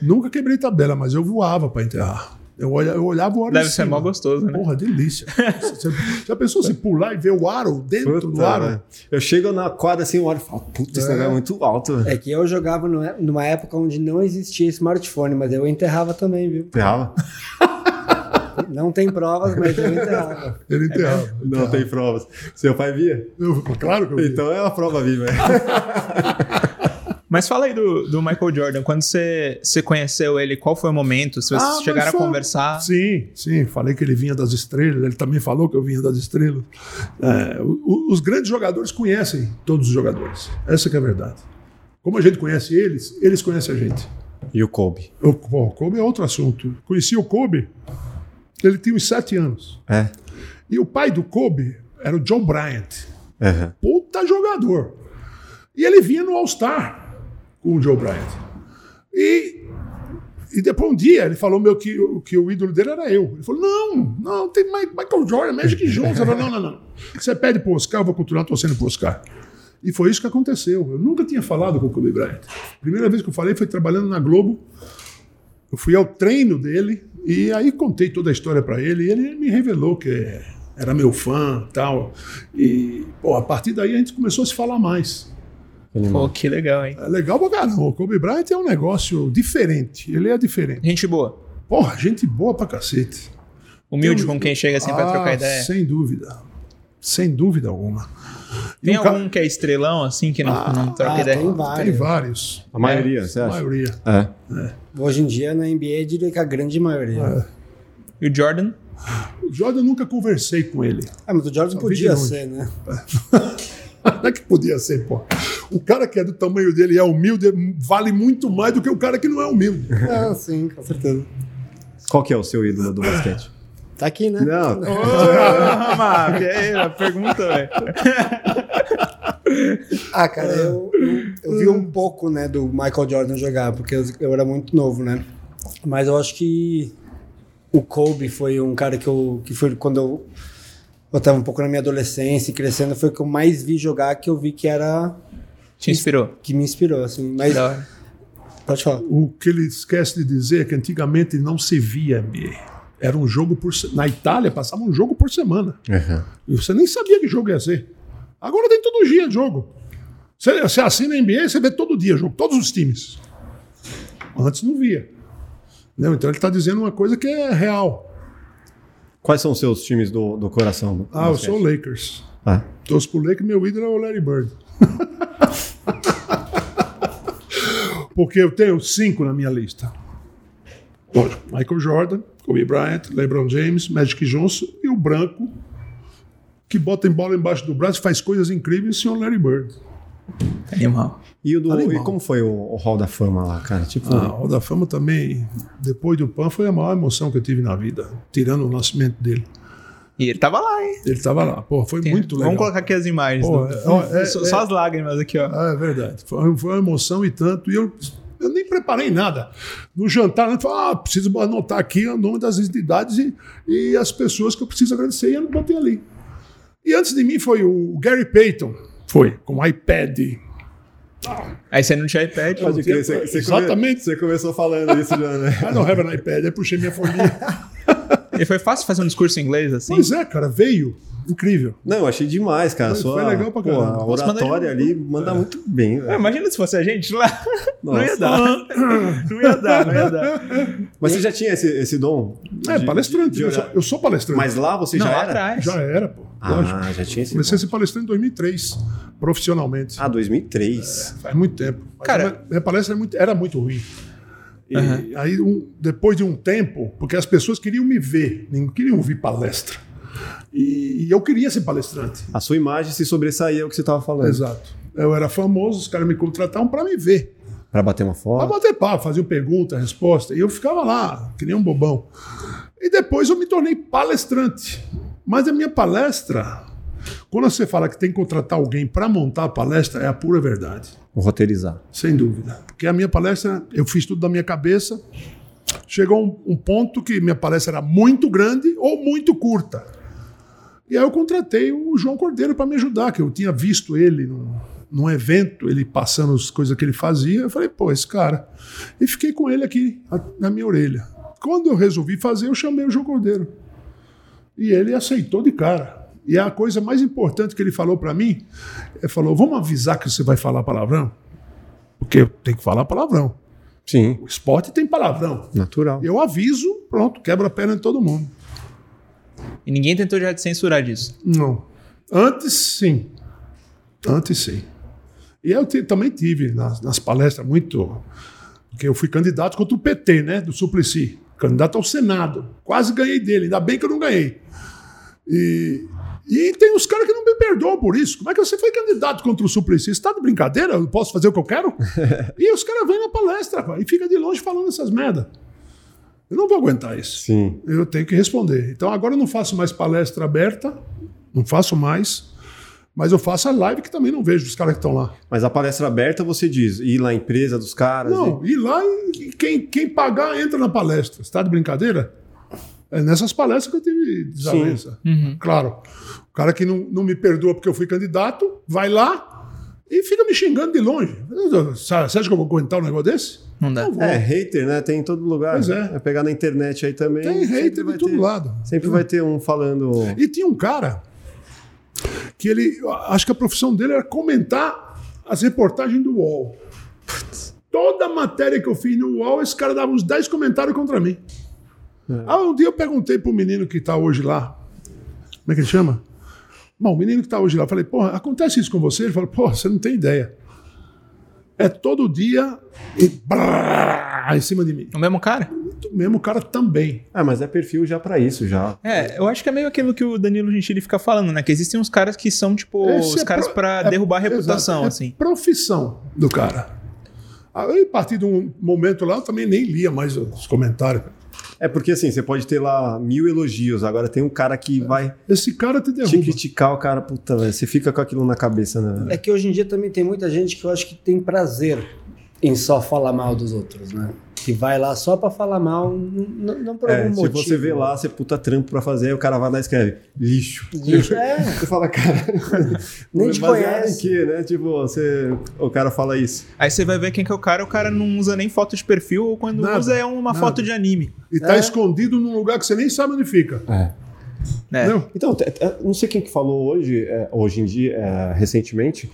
Nunca quebrei tabela, mas eu voava para enterrar. Eu, olha, eu olhava o aro Deve em ser cima. mó gostoso, né? Porra, delícia. Você- você- já pensou se pular e ver o aro dentro do Puta, aro? né? Eu chego na quadra assim, eu olho e falo, puta, esse É. negócio é muito alto. velho. É que eu jogava no- numa época onde não existia smartphone, mas eu enterrava também, viu? Ferrava? Não tem provas, mas eu enterrava. Ele enterrava. É. Não tem provas. Seu pai via? Eu- claro que eu vi. Então é uma prova viva. Mas fala aí do, do Michael Jordan. Quando você, você conheceu ele, qual foi o momento? Se vocês Ah, mas chegaram a foi- conversar. Sim, sim. Falei que ele vinha das estrelas. Ele também falou que eu vinha das estrelas. É, o- o- os grandes jogadores conhecem todos os jogadores. Essa que é a verdade. Como a gente conhece eles, eles conhecem a gente. E o Kobe? O, bom, o Kobe é outro assunto. Conheci o Kobe, ele tinha uns sete anos. É. E o pai do Kobe era o John Bryant. Aham. Puta jogador. E ele vinha no All-Star com o Joe Bryant. E, e depois um dia ele falou meu, que, que o ídolo dele era eu. Ele falou: não, não, tem Mi- Michael Jordan, Magic Johnson. Eu falei, não, não, não. Você pede pro Oscar, eu vou continuar torcendo pro Oscar. E foi isso que aconteceu. Eu nunca tinha falado com o Kobe Bryant. Primeira vez que eu falei foi trabalhando na Globo. Eu fui ao treino dele e aí contei toda a história para ele e ele me revelou que era meu fã tal. E pô, a partir daí a gente começou a se falar mais. Pô, que legal, hein? É legal pra caramba. O Kobe Bryant é um negócio diferente. Ele é diferente. Gente boa. Porra, gente boa pra cacete. Humilde Tem- um Ah, com quem chega assim pra trocar ideia. Sem dúvida. Sem dúvida alguma. E Tem um ca- algum que é estrelão assim que não, não troca Ah, ideia? tem Tem vários. vários. A maioria, você A acha? maioria. É. Hoje em dia na NBA diria que a grande maioria. E o Jordan? O Jordan eu nunca conversei com ele. Ah, mas o Jordan vi de podia longe. ser, né? Não é que podia ser, pô. O cara que é do tamanho dele e é humilde vale muito mais do que o cara que não é humilde. Ah, sim, com certeza. Qual que é o seu ídolo do basquete? Tá aqui, né? Não, Ah, Ô, Maf, é a pergunta, velho. Ah, cara, eu, eu, eu vi um pouco, né, do Michael Jordan jogar, porque eu, eu era muito novo, né? Mas eu acho que o Kobe foi um cara que eu que foi quando eu eu tava um pouco na minha adolescência e crescendo, foi o que eu mais vi jogar, que eu vi que era Te inspirou. que me inspirou assim, mas Da hora. pode falar. O que ele esquece de dizer é que antigamente não se via NBA. Era um jogo por se... Na Itália passava um jogo por semana. Uhum. E você nem sabia que jogo ia ser. Agora tem todo dia jogo. Você, você assina a NBA, você vê todo dia jogo, todos os times. Antes não via. Não, então ele está dizendo uma coisa que é real. Quais são os seus times do, do coração? do- Ah, do eu sou o Lakers. Ah, Torço pro Lakers, meu ídolo é o Larry Bird. Porque eu tenho cinco na minha lista. Lógico, Michael Jordan, Kobe Bryant, LeBron James, Magic Johnson e o branco, que bota em bola embaixo do braço e faz coisas incríveis, o senhor Larry Bird. Animal. E, o do, Animal. e como foi o, o Hall da Fama lá, cara? Tipo, A Hall da Fama também, depois do PAN, foi a maior emoção que eu tive na vida, tirando o nascimento dele. E ele tava lá, hein? Ele estava lá, pô, foi Tem- muito legal. Vamos colocar aqui as imagens. Pô, do- é- ó, é- só, só as lágrimas aqui, ó. Ah, é verdade. Foi, foi uma emoção e tanto. E eu, eu nem preparei nada. No jantar, eu falei, ah, preciso anotar aqui o nome das entidades e, e as pessoas que eu preciso agradecer. E eu botei ali. E antes de mim foi o Gary Payton. Foi, com o iPad. Aí você não tinha iPad. Eu não tinha- Exatamente. Você começou falando isso já, né? I don't have an iPad. Aí puxei minha folhinha. E foi fácil fazer um discurso em inglês, assim? pois é, cara, veio. Incrível. Não, eu achei demais, cara. Foi- Sua, foi legal pra pô, caramba. A Posso mandar oratória ali manda muito bem, Ah, velho. imagina se fosse a gente lá. Não ia Nossa. dar. Não ia dar, não ia dar. Mas você já tinha esse, esse dom? É, de- palestrante. de- de eu, sou, orar? eu sou palestrante. Mas lá você Não, já lá era? atrás. Já era, pô. Lógico. Ah, já tinha esse Comecei a dom. ser palestrante em 2003, profissionalmente. Ah, 2003. Faz muito tempo. Mas Cara- a minha palestra era muito, era muito ruim. E Aham. aí, um- depois de um tempo, porque as pessoas queriam me ver, não queriam ouvir palestra. E, e eu queria ser palestrante. A sua imagem se sobressaía ao que você tava É. falando. Exato. Eu era famoso, os caras me contratavam para me ver. Pra bater uma Para foto. bater papo, faziam pergunta, resposta. E eu ficava lá, que nem um bobão. E depois eu me tornei palestrante. Mas a minha palestra, quando você fala que tem que contratar alguém para montar a palestra, é a pura verdade. Roteirizar. Sem dúvida. Porque a minha palestra, eu fiz tudo da minha cabeça. Chegou um, um ponto que minha palestra era muito grande ou muito curta. E aí eu contratei o João Cordeiro para me ajudar, que eu tinha visto ele num, num evento, ele passando as coisas que ele fazia. Eu falei, pô, esse cara. E fiquei com ele aqui, a- na minha orelha. Quando eu resolvi fazer, eu chamei o João Cordeiro. E ele aceitou de cara. E a coisa mais importante que ele falou para mim, ele falou, vamos avisar que você vai falar palavrão? Porque eu tenho que falar palavrão. Sim, O esporte tem palavrão. natural. Eu aviso, pronto, quebra a perna de todo mundo. E ninguém tentou já te censurar disso. Não. Antes, sim. Antes, sim. E eu ti- também tive nas, nas palestras muito. Porque eu fui candidato contra o PT, né? Do Suplicy. Candidato ao Senado. Quase ganhei dele, ainda bem que eu não ganhei. E, e tem uns caras que não me perdoam por isso. Como é que você foi candidato contra o Suplicy? Você está de brincadeira? Eu posso fazer o que eu quero? e os caras vêm na palestra pá, e fica de longe falando essas merda. Eu não vou aguentar isso Sim. eu tenho que responder. Então agora eu não faço mais palestra aberta, não faço mais, mas eu faço a live que também não vejo os caras que estão lá. Mas a palestra aberta você diz, ir lá à empresa dos caras. Não, ir lá e quem, quem pagar entra na palestra. Está de brincadeira? É nessas palestras que eu tive desavença. Uhum. Claro. O cara que não, não me perdoa porque eu fui candidato, vai lá e fica me xingando de longe. Você acha que eu vou aguentar um negócio desse? Não dá. Não vou. É, hater, né? Tem em todo lugar. Pois é. Vai pegar na internet aí também. Tem sempre hater vai de todo ter- lado. Sempre vai ter um falando. E tinha um cara que ele, acho que a profissão dele era comentar as reportagens do UOL. Toda a matéria que eu fiz no UOL, esse cara dava uns 10 comentários contra mim. Ah, um dia eu perguntei pro menino que tá hoje lá, como é que ele chama? Bom, o menino que tá hoje lá, eu falei, porra, acontece isso com você? Ele falou, porra, você não tem ideia. É todo dia e brrr, em cima de mim. O mesmo cara? O mesmo cara também. Ah, mas é perfil já pra isso já. É, eu acho que é meio aquilo que o Danilo Gentili fica falando, né? Que existem uns caras que são, tipo, Esse os é caras pro- pra é- derrubar a exato, reputação, é assim. Profissão do cara. Aí, a partir de um momento lá, eu também nem lia mais os comentários. É porque assim, você pode ter lá mil elogios, agora tem um cara que vai Esse cara te te derruba. criticar, o cara, puta, velho, você fica com aquilo na cabeça, né? É que hoje em dia também tem muita gente que eu acho que tem prazer em só falar mal dos outros, né? Que vai lá só pra falar mal, n- n- não por É, algum se motivo. você vê lá, você puta trampo pra fazer, aí o cara vai lá e escreve lixo. Lixo, é, Você fala, cara. Nem te baseado conhece. Em quê, né? Tipo, você, o cara fala isso. Aí você vai ver quem que é o cara, o cara não usa nem foto de perfil, ou quando Nada, usa é uma foto de anime. E tá É. escondido num lugar que você nem sabe onde fica. É. Né? Não. Então, te- te- não sei quem que falou hoje, é, hoje em dia, é, recentemente,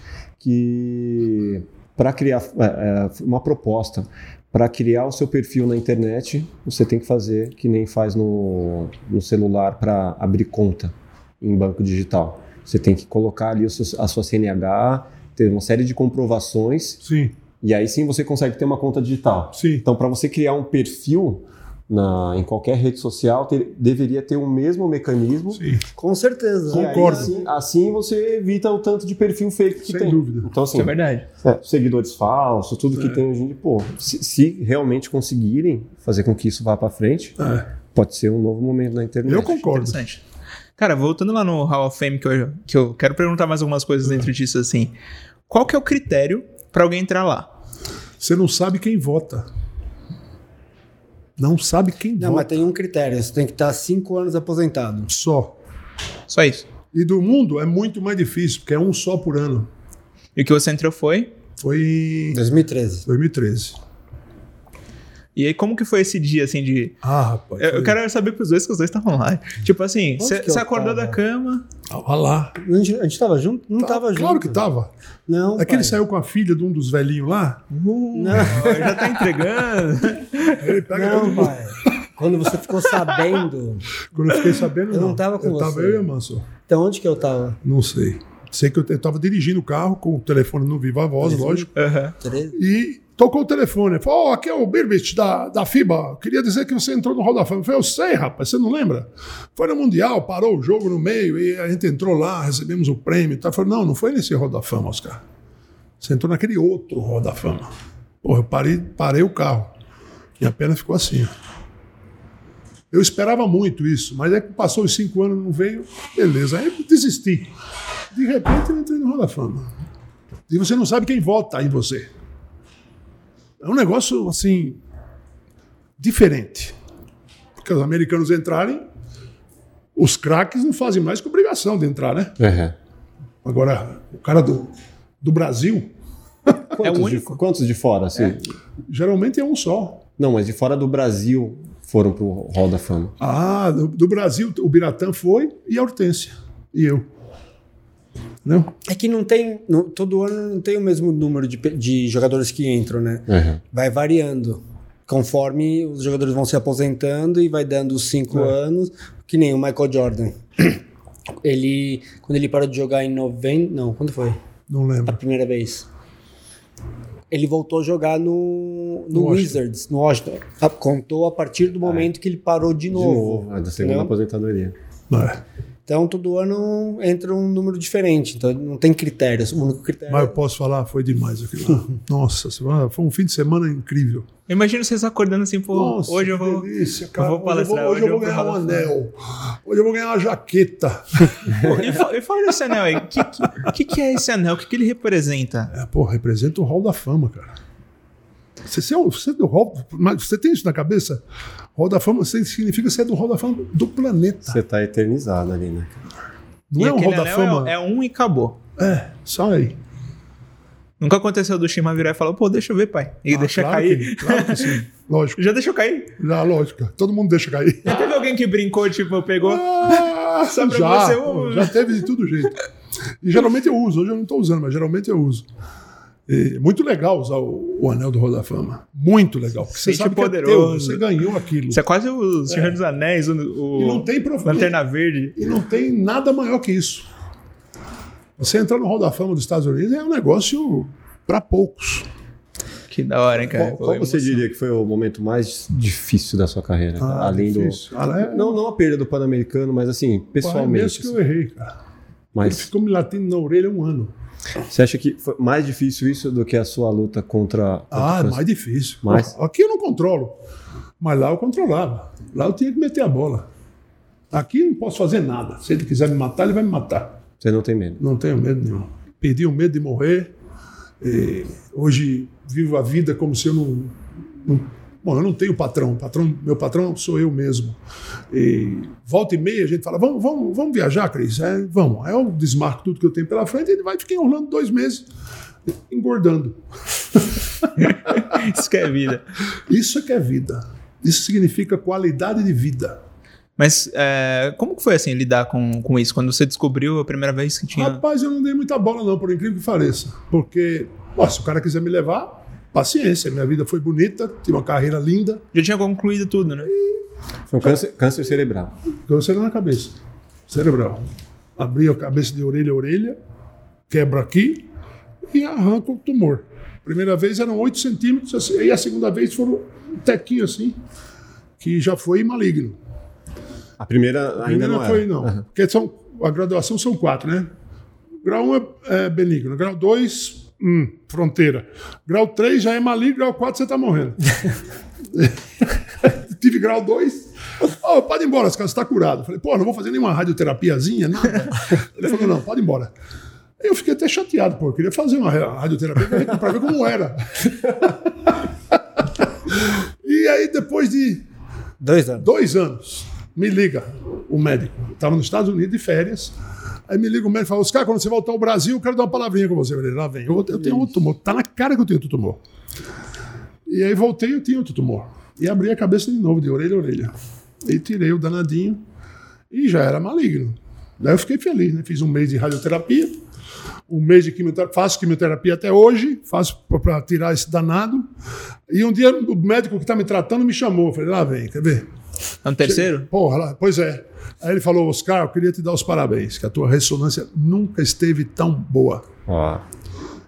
que para criar é, é, uma proposta, para criar o seu perfil na internet, você tem que fazer que nem faz no, no celular para abrir conta em banco digital. Você tem que colocar ali o seu- a sua CNH, ter uma série de comprovações, Sim, e aí sim você consegue ter uma conta digital. sim. Então, para você criar um perfil na- em qualquer rede social, ter- deveria ter o mesmo mecanismo. Sim, com certeza. E aí, Concordo. assim, assim você evita o tanto de perfil fake que sem tem. dúvida. Então, assim, Isso é verdade. é, seguidores falsos, tudo É. que tem hoje em dia, pô, se, se realmente conseguirem fazer com que isso vá pra frente, É, pode ser um novo momento na internet. eu concordo. Interessante. Cara, voltando lá no Hall of Fame, que eu, que eu quero perguntar mais algumas coisas dentro disso, assim. Qual que é o critério pra alguém entrar lá? Você não sabe quem vota. Não sabe quem Não, mas vota. tem um critério, você tem que estar cinco anos aposentado. Só. Só isso. E do mundo é muito mais difícil, porque é um só por ano. E o que você entrou foi... Foi em É. 2013. 2013. E aí, como que foi esse dia, assim, de... Ah, rapaz. É, Eu, eu foi- quero saber pros dois, que os dois estavam lá. Tipo assim, Onde que eu você acordou da tava? cama... Ah, Olha lá. A gente, a gente tava junto? Não tava junto. Tá, Claro que tava. Não. É que ele pai. saiu com a filha de um dos velhinhos lá. Uhum. Uh, já tá entregando. Ele pega todo Não, mundo. pai. Quando você ficou sabendo. Quando eu fiquei sabendo, Eu não tava com eu Tava você. eu e a Manso. Então, onde que eu tava? Não sei. Sei que eu, eu tava dirigindo o carro com o telefone no Viva Voz, lógico. Aham. 13? E tocou o telefone. Falou, "Ó, aqui é o Birbit da, da FIBA. Queria dizer que você entrou no Hall da Fama. Eu falei, eu sei, rapaz, você não lembra? Foi no Mundial, parou o jogo no meio e a gente entrou lá, recebemos o prêmio. e tal." Eu falei, não, não foi nesse Hall da Fama, Oscar. Você entrou naquele outro Hall da Fama. Porra, eu parei, parei o carro. Minha perna ficou assim. ó. Eu esperava muito isso, mas é que passou os cinco anos, não veio. Beleza, aí eu desisti. De repente eu entrei no Hall da Fama. E você não sabe quem vota em você. É um negócio, assim, diferente. Porque os americanos entrarem, os craques não fazem mais que obrigação de entrar, né? Uhum. Agora, o cara do, do Brasil, Quantos, É o de, único? quantos de fora? assim? geralmente é um só. Não, mas de fora do Brasil foram pro Hall da Fama. Ah, do, do Brasil, o Biratã foi e a Hortência. E eu. Né? Não? É que não tem. não- todo ano não tem o mesmo número de, pe- de jogadores que entram, né? Uhum. Vai variando. Conforme os jogadores vão se aposentando e vai dando os cinco anos, que nem o Michael Jordan. Ele. Quando ele parou de jogar em 90. Não, quando foi? Não A lembro. primeira vez. Ele voltou a jogar no, no Washington. Wizards, no Washington. Ah, Contou a partir do momento que ele parou de De novo. novo, é da segunda entendeu? aposentadoria. Não é. Então, todo ano entra um número diferente. Então, não tem critérios. O único critério é Mas eu posso falar, foi demais aquilo. lá. Nossa, semana- foi um fim de semana incrível. Imagina vocês acordando assim, pô, Nossa, hoje que eu vou... delícia, eu cara. hoje eu vou vou, palestrar, hoje eu vou ganhar um falar. anel. Hoje eu vou ganhar uma jaqueta. E, fa- e fala desse anel aí. O que, que- que, que é esse anel? O que, que ele representa? É, pô, representa o Hall da Fama, cara. Você, você é o- você é do Hall. Mas você tem isso na cabeça? Hall da Fama você- significa que você é do Hall da Fama do planeta. Você tá eternizado ali, né? Não E é um aquele Hall da anel Fama. É, é um e acabou. É, só aí. Nunca aconteceu do Shima virar e falar, pô, deixa eu ver, pai. E Ah, deixa claro cair. que- claro que sim. Lógico. Já deixou cair? Na lógica. Todo mundo deixa cair. Já teve alguém que brincou, tipo, pegou. Ah, Só pra já, você, pô, um- já teve de todo jeito. E geralmente eu uso, hoje eu não estou usando, mas geralmente eu uso. E é muito legal usar o, o anel do Hall da Fama. Muito legal. Porque você Sente sabe que é teu, poderoso. você ganhou aquilo. Isso é quase o Senhor dos Anéis, o, o E não tem problema. Lanterna Verde. E não tem nada maior que isso. Você entrar no Hall da Fama dos Estados Unidos é um negócio para poucos. Que da hora, hein, É, cara. Qual, qual você diria que foi o momento mais difícil da sua carreira? Ah, Tá Além difícil. do. Ah, é? Não, não a perda do Pan-Americano, mas assim, pessoalmente. Parece que eu errei, cara. Mas Ficou me latindo na orelha um ano. você acha que foi mais Tá difícil isso do que a sua luta contra. contra Ah, é coisa? mais difícil. Mais? Aqui eu não controlo. Mas lá eu controlava. Lá eu tinha que meter a bola. Aqui eu não posso fazer nada. Se ele quiser me matar, ele vai me matar. Você não tem medo. Não tenho medo nenhum. Perdi o medo de morrer. E hoje vivo a vida como se eu não, não- Bom, eu não tenho patrão. patrão. Meu patrão sou eu mesmo. E volta e meia a gente fala: vamos, vamos, vamos viajar, Cris? É, vamos. Aí eu desmarco tudo que eu tenho pela frente e ele vai ficar enrolando dois meses, engordando. Isso que é vida. Isso é que é vida. Isso significa qualidade de vida. Mas é, como que foi assim lidar com, com isso? Quando você descobriu a primeira vez que tinha. Rapaz, eu não dei muita bola, não, por incrível que pareça. Porque, ó, se o cara quiser me levar, paciência. Minha vida foi bonita, tive uma carreira linda, Já tinha concluído tudo, né? Então- Foi um câncer, câncer cerebral. câncer na cabeça, cerebral. Abri a cabeça de orelha a orelha, quebra aqui e arranca o tumor. Primeira vez eram 8 centímetros, assim, e a segunda vez foram um tequinho assim, que já foi maligno. A primeira ainda Ainda não não era. foi, não. Porque são, a graduação são quatro, né? Grau 1 um é, é benigno, grau 2, hum, fronteira. Grau 3 já é maligno, grau 4 você tá morrendo. Tive grau 2. Ô, pode ir embora, esse cara está curado. Eu Falei, pô, não vou fazer nenhuma radioterapiazinha, nada. Ele falou, não, pode ir embora. Eu fiquei até chateado, pô, eu queria fazer uma ra- radioterapia pra ver- pra ver como era. e aí, depois de Dois anos. dois anos, me liga o médico. Estava nos Estados Unidos de férias. Aí me liga o médico e fala: Oscar, quando você voltar ao Brasil, eu quero dar uma palavrinha com você. Eu falei: lá vem, eu, eu tenho outro tumor. Tá na cara que eu tenho outro tumor. E aí voltei eu tinha outro tumor. E abri a cabeça de novo, de orelha a orelha. E tirei o danadinho. E já era maligno. Daí eu fiquei feliz, né? Fiz um mês de radioterapia, um mês de quimioterapia. Faço quimioterapia até hoje, faço para tirar esse danado. E um dia o médico que está me tratando me chamou. Eu falei: lá vem, quer ver? No um terceiro? Porra, lá- pois é. Aí ele falou, Oscar, eu queria te dar os parabéns, que a tua ressonância nunca esteve tão boa. Ó,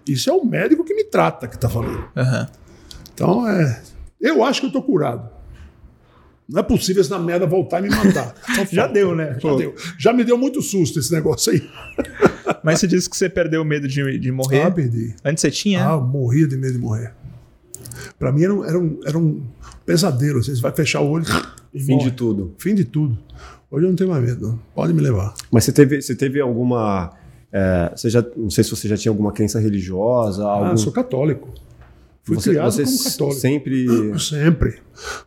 Isso é o médico que me trata que tá falando. Aham. Então, é... Eu acho que eu tô curado. Não é possível essa merda voltar e me matar. Já deu, né? Já, deu. Já me deu muito susto esse negócio aí. Mas você disse que você perdeu o medo de, de morrer. Ah, perdi. Antes você tinha? Ah, eu morria de medo de morrer. Pra mim era um, era um, era um pesadelo. assim, Você vai fechar o olho e fim morre. de tudo. Fim de tudo. Hoje eu não tenho mais medo, não. Pode me levar. Mas você teve, você teve alguma. é, você já, não sei se você já tinha alguma crença religiosa. Algum, Ah, sou católico. Fui você, criado você como católico. Sempre. Sempre.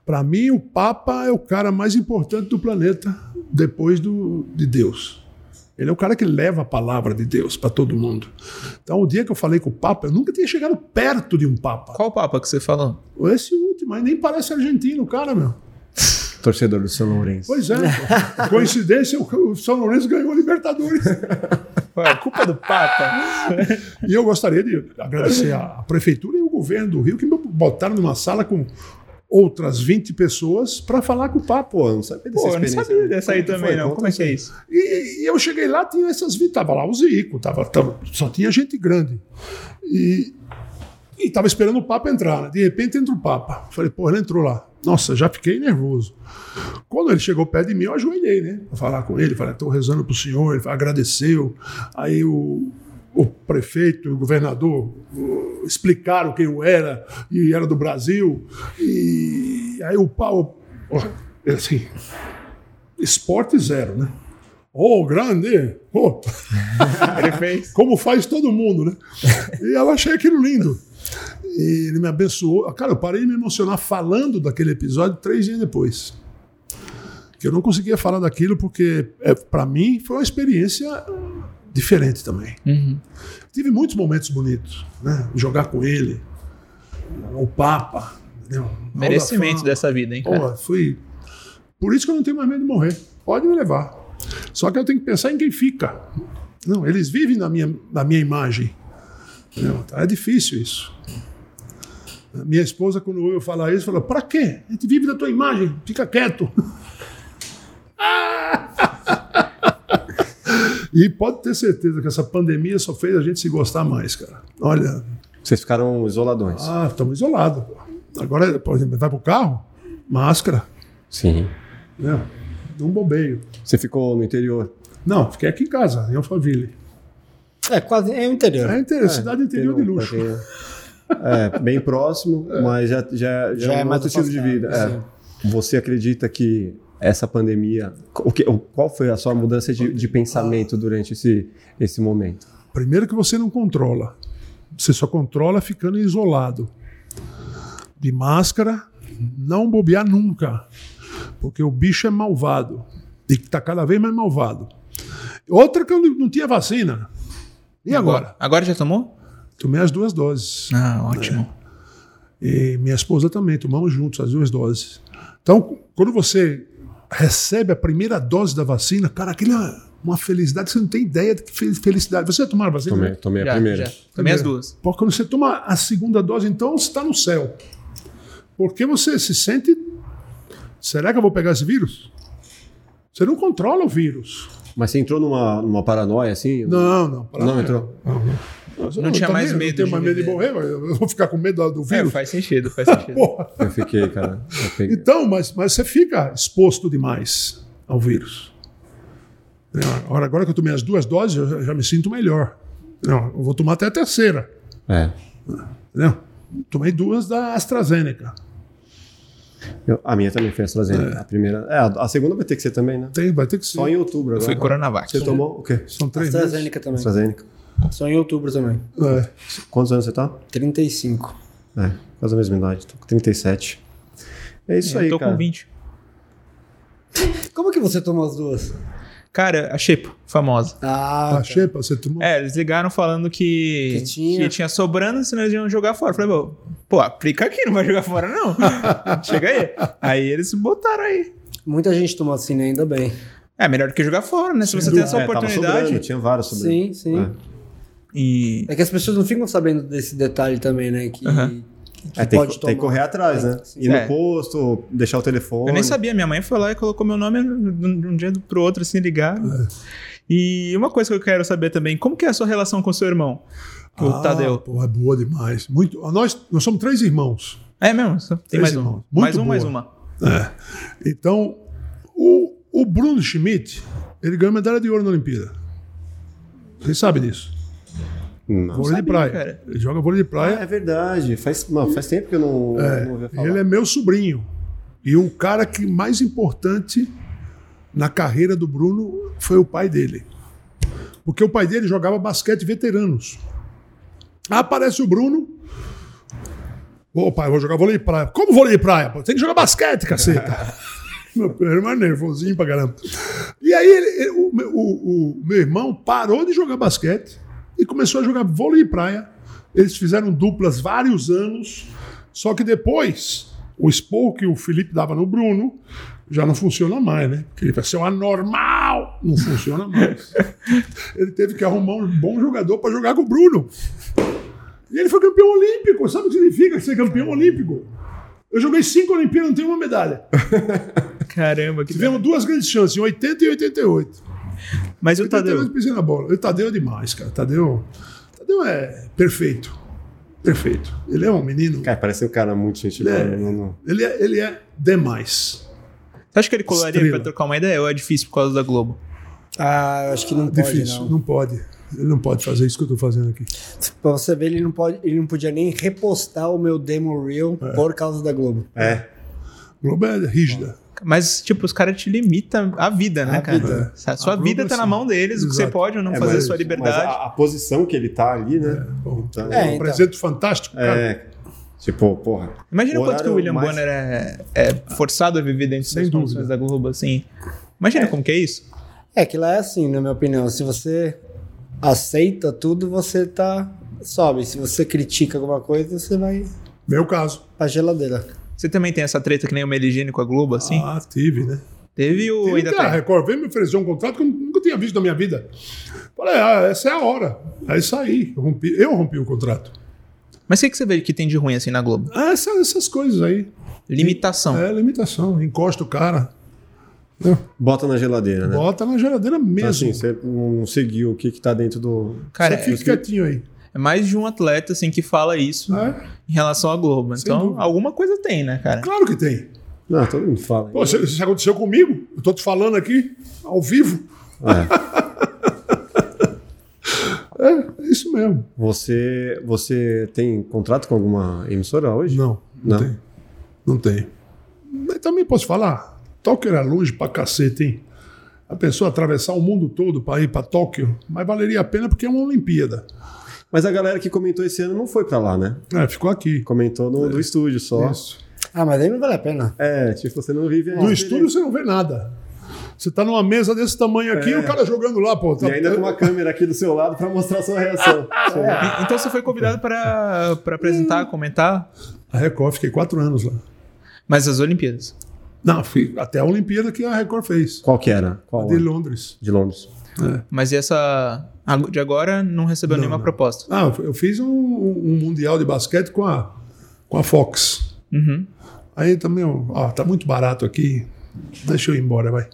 Para mim, o Papa é o cara mais importante do planeta, depois do, de Deus. Ele é o cara que leva a palavra de Deus para todo mundo. Então, o dia que eu falei com o Papa, eu nunca tinha chegado perto de um Papa. Qual papa que você falou? Esse último, aí nem parece argentino, o cara, meu. Torcedor do São Lourenço. Pois é. pô. Coincidência, o o São Lourenço ganhou a Libertadores. Ué, Ah, a culpa do papa. E eu gostaria de agradecer à prefeitura e ao governo do Rio que me botaram numa sala com outras 20 pessoas para falar com o Papa. Pô, eu não sabia dessa Pô, eu não experiência. sabia dessa aí Como que também, foi? não. Conta Como é que é aí. isso? E, e eu cheguei lá, tinha essas vidas. Tava lá o Zico, tava, tava- só tinha gente grande. E, e tava esperando o Papa entrar, né? De repente entra o Papa. Falei, pô, ele entrou lá. Nossa, já fiquei nervoso. Quando ele chegou perto de mim, eu ajoelhei, né? Pra falar com ele. Falei, tô rezando pro senhor. Ele falou, agradeceu. Aí o, o prefeito, o governador o- explicaram quem eu era e era do Brasil. E aí o pau. ó, Assim, esporte zero, né? Oh, grande! Oh, Ele fez. como faz todo mundo, né? E eu achei aquilo lindo. E ele me abençoou. Cara, eu parei de me emocionar falando daquele episódio três dias depois. Que eu não conseguia falar daquilo porque, é, para mim, foi uma experiência diferente também. Uhum. Tive muitos momentos bonitos, né? Jogar com ele, o Papa. entendeu? Merecimento Roda- dessa vida, hein, cara? Pô, fui. Por isso que eu não tenho mais medo de morrer. Pode me levar. Só que eu tenho que pensar em quem fica. Não, eles vivem na minha, na minha imagem. Entendeu? Tá, É difícil isso. A Minha esposa, quando eu falar isso, fala: pra quê? A gente vive da tua imagem, fica quieto. e pode ter certeza que essa pandemia só fez a gente se gostar mais, cara. Olha, Vocês ficaram isoladões. ah, estamos isolados. pô. Agora, por exemplo, vai pro carro, máscara Sim. né? Um bobeio. Você ficou no interior. Não, fiquei aqui em casa, em Alphaville. É, quase. É o interior. É inter... cidade interior de Tem um- luxo. tem- É, bem próximo, mas já, já, já, Já é um mais outro estilo de é afastado, vida. É. sim. Você acredita que essa pandemia. o que- o- qual foi a sua mudança de, de pensamento durante esse, esse momento? Primeiro que você não controla. Você só controla ficando isolado. De máscara, não bobear nunca. Porque o bicho é malvado. E está cada vez mais malvado. Outra que eu não tinha vacina. E agora? Agora já tomou? Tomei as duas doses. É. Ah, ótimo. E minha esposa também, tomamos juntos as duas doses. Então, quando você recebe a primeira dose da vacina, cara, aquilo é uma felicidade, que você não tem ideia de que fel- felicidade. Você já tomou a vacina? Tomei, tomei É a Já, primeira. já. Tomei as duas. Porque quando você toma a segunda dose, então você está no céu. Porque você se sente. Será que eu vou pegar esse vírus? Você não controla o vírus. Mas você entrou numa, numa paranoia assim? Não, não. pra- Não então entrou? Não, não. Mas eu Não tinha também mais medo Não tenho de mais medo de viver. morrer, mas eu vou ficar com medo do É, vírus. faz sentido, faz sentido. Porra. Eu fiquei, cara. Eu peguei. Então, mas, mas você fica exposto demais ao vírus. Né, Agora, agora que eu tomei as duas doses, eu já- já me sinto melhor. Não, eu vou tomar até a terceira. É. Entendeu? Tomei duas da AstraZeneca. Eu- a minha também foi AstraZeneca. A primeira. É, a, a segunda vai ter que ser também, né? Tem, vai ter que ser. Só em outubro agora. Foi Coronavac. Você tomou o quê? São três meses. AstraZeneca também. AstraZeneca. Só em outubro também. É. Quantos anos você tá? 35. É, quase a mesma idade. Tô com 37. É isso aí, eu tô cara. com 20. Como que você tomou as duas? Cara, a Shepo, famosa. Ah, A xepa, você tomou? É, eles ligaram falando que, Que tinha. sobrando, senão eles iam jogar fora. Eu Falei, pô, pô, aplica aqui, não vai jogar fora, não. Chega aí. Aí eles botaram aí. muita gente tomou assim, né? Ainda bem. É melhor do que jogar fora, né? Se você tem essa É, tava oportunidade. sobrando, tinha várias sobrando. Sim, sim. É. e. É que as pessoas não ficam sabendo desse detalhe também, né? Que, Aham. que É, tem, pode que, tem que tomar. correr atrás, né? Ir É. no posto, deixar o telefone. Eu nem sabia, minha mãe foi lá e colocou meu nome de um de um dia pro outro, assim, ligado. É. E uma coisa que eu quero saber também, como que é a sua relação com seu irmão, o Ah, Tadeu? Porra, é boa demais. Muito. Nós, nós somos três irmãos. É mesmo? Só Tem Três mais um. irmãos. Muito mais um, mais boa. uma. Então, o, o Bruno Schmidt, ele ganhou medalha de ouro na Olimpíada. Vocês sabem disso. Não. Vôlei de sabia, praia. cara. Ele joga vôlei de Ah, praia. é verdade. Faz, mano, faz tempo que Ah, eu não, não ouvia falar. Ele é meu sobrinho. E o cara que mais importante na carreira do Bruno foi o pai dele. Porque o pai dele jogava basquete veteranos. Ah, Aparece o Bruno. Ô pai, vou jogar vôlei de praia. Como vôlei de praia? pô? Tem que jogar basquete, caceta. meu irmão é nervosinho pra caramba. E aí ele- ele- o, meu- o- o meu irmão parou de jogar basquete e começou a jogar vôlei de praia. Eles fizeram duplas vários anos. Só que depois, o expor que o Felipe dava no Bruno já não funciona mais, né? Porque ele vai ser um anormal. Não funciona mais. ele teve que arrumar um bom jogador para jogar com o Bruno. E ele foi campeão olímpico. Sabe o que significa ser campeão olímpico? Eu joguei cinco Olimpíadas, não tenho uma medalha. Caramba, que Tivemos duas grandes chances, em 80 e 88. Mas o Tadeu. Tadeu, pisei na bola. E O Tadeu é demais, cara. Tadeu, Tadeu é perfeito. Perfeito. Ele é um menino. Cara, parece um cara muito gente boa. É. Não, não. Ele é, ele é demais. você acha que ele colaria Estrela. pra trocar uma ideia ou é difícil por causa da Globo? Ah, eu acho que não pode, Difícil. não. Não. pode. Ele não pode fazer isso que eu tô fazendo aqui. Pra você ver, ele não, pode, ele não podia nem repostar o meu demo reel por causa da Globo. É. Globo é rígida. Mas, tipo, os caras te limitam a vida, né, A cara? vida. A sua A Globo, vida tá na sim. mão deles, o que você Exato. pode ou não É, fazer, a mas- sua Mas liberdade. a, a posição que ele tá ali, né? Bom, Então, É, um então. presente fantástico, cara. é. Tipo, porra. Imagina o o quanto que horário o William mais- Bonner é, é forçado a viver dentro Sem das dúvida. condições da Globo, assim. Imagina como que é isso. É que lá é assim, na minha opinião. Se você aceita tudo, você tá. sobe. Se você critica alguma coisa, você vai Meu caso. pra geladeira. Você também tem essa treta que nem o Meligene com a Globo, assim? Ah, tive, né? Teve o Tive ainda até a tem. Record veio me oferecer um contrato que eu nunca tinha visto na minha vida. Falei, ah, essa é a hora. Aí saí. Eu rompi, eu rompi o contrato. Mas o que que você vê que tem de ruim assim na Globo? Ah, essas- essas coisas aí. Limitação. É, limitação. Encosta o cara. Bota na geladeira, né? Bota na geladeira Então, mesmo. assim, você não seguiu o que que tá dentro do... Cara, Você é, fica quietinho aí. é mais de um atleta assim que fala isso né? em relação à Globo. Sem Então, dúvida. alguma coisa tem, né, cara? Claro que tem. Não, todo mundo fala. Pô, se- se isso aconteceu comigo, eu tô te falando aqui, ao vivo. É. É, é isso mesmo. Você, você tem contrato com alguma emissora hoje? Não, não, Não. tem. Não tem. Mas também posso falar, Tóquio era longe pra cacete, hein? A pessoa atravessar o mundo todo para ir para Tóquio, mas valeria a pena porque é uma Olimpíada. Mas a galera que comentou esse ano não foi pra lá, né? É, ficou aqui. Comentou no, do estúdio só. É. Isso. Ah, mas aí não vale a pena. É, tipo, você não vive a Do experiência. estúdio você não vê nada. Você tá numa mesa desse tamanho aqui e o cara jogando lá, pô. Tá... É. E ainda com uma câmera aqui do seu lado pra mostrar a sua reação. É. E- Então você foi convidado para para apresentar, comentar, A Record, fiquei quatro anos lá. mas as Olimpíadas. Não, fui até a Olimpíada que a Record fez. Qual que era? Qual De ano? Londres. de Londres. Mas e essa a de agora não recebeu nenhuma proposta. Ah, eu fiz um, um mundial de basquete com a, com a Fox. Uhum. Aí também, eu, ó, tá muito barato aqui. Deixa eu ir embora, vai.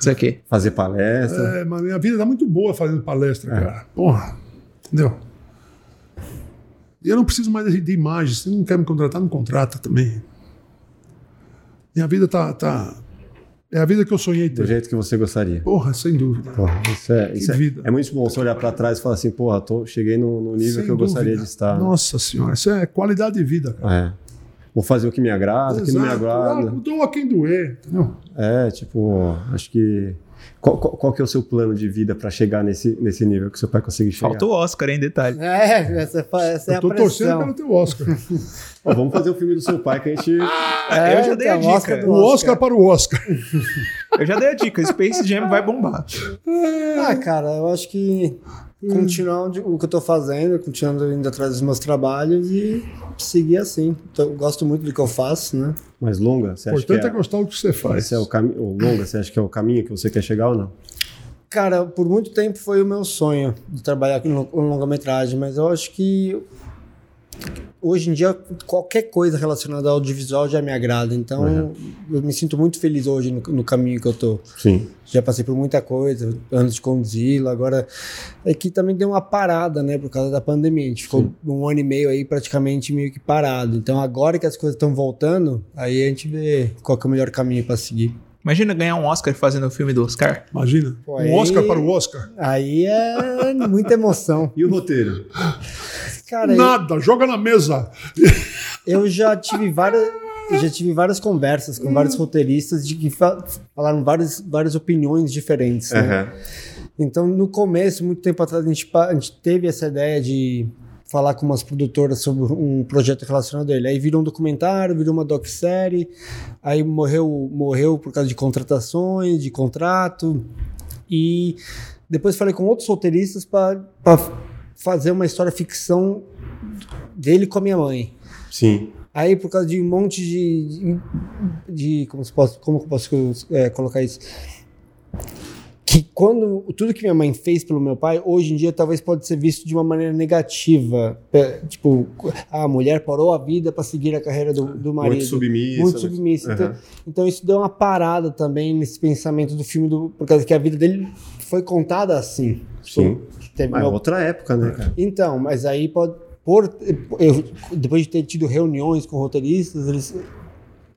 Isso aqui. Fazer palestra. É, mas minha vida tá muito boa fazendo palestra, cara. Porra, entendeu? E eu não preciso mais de, de imagem. Se não quer me contratar, não contrata também. Minha vida tá, tá. É a vida que eu sonhei Do ter. jeito que você gostaria. Porra, sem dúvida. Porra, isso é, isso é, vida. é muito bom você olhar pra trás e falar assim, porra, tô, cheguei no, no nível Sem que eu gostaria dúvida. de estar. Nossa senhora, isso é qualidade de vida, cara. É. Vou fazer o que me agrada, o que não me Exato. agrada. Ah, Doa quem doer, entendeu? É, tipo, acho que. Qual, qual- qual que é o seu plano de vida pra chegar nesse, nesse nível que seu pai conseguir chegar? Faltou o Oscar em detalhe. É, essa, fa- essa é Eu a tô torcendo pelo pressão. teu Oscar. Ó, vamos fazer o filme do seu pai que a gente. Ah, eu já dei a então, dica. O do Oscar para o Oscar. Eu já dei a dica, Space Jam vai bombar. Ah, cara, eu acho que continuar onde- o que eu tô fazendo, continuando indo atrás dos meus trabalhos e seguir assim. Então, eu gosto muito do que eu faço, né? Mais longa? Você O acha que é, importante é gostar do que você faz. esse é o caminho. Longa, você acha que é o caminho que você quer chegar ou não? Cara, por muito tempo foi o meu sonho de trabalhar com lo- com longa-metragem, mas eu acho que hoje em dia qualquer coisa relacionada ao audiovisual já me agrada. Então eu me sinto muito feliz hoje no, no caminho que eu tô. Sim. Já passei por muita coisa antes de conduzi-lo. Agora é que também deu uma parada, né, por causa da pandemia. A gente ficou um ano e meio aí praticamente meio que parado. Então agora que as coisas estão voltando, aí a gente vê qual que é o melhor caminho para seguir. Imagina ganhar um Oscar fazendo o filme do Oscar. Imagina. Pô, um Oscar aí- para o Oscar. Aí é muita emoção. E o roteiro? Cara, eu- Nada, joga na mesa. Eu já tive várias. eu já tive várias conversas com vários roteiristas de que fa- falaram várias, várias opiniões diferentes. né? Então, no começo, muito tempo atrás, a gente, pa- a gente teve essa ideia de falar com umas produtoras sobre um projeto relacionado a ele. Aí virou um documentário, virou uma doc-série, aí morreu, morreu por causa de contratações, de contrato. E depois falei com outros roteiristas para fazer uma história ficção dele com a minha mãe. Sim. Aí, por causa de um monte de. de, de- como, se posso, como que eu posso eh, colocar isso? Que quando. Tudo que minha mãe fez pelo meu pai, hoje em dia talvez pode ser visto de uma maneira negativa. É, tipo, a mulher parou a vida para seguir a carreira do, do marido. Muito submissa. né? Muito submissa. Então, Aham. então isso deu uma parada também nesse pensamento do filme, do, por causa que a vida dele foi contada assim. Sim. Teve Mas é uma outra época, né, cara? então, mas aí pode. Por, eu- depois de ter tido reuniões com roteiristas, eles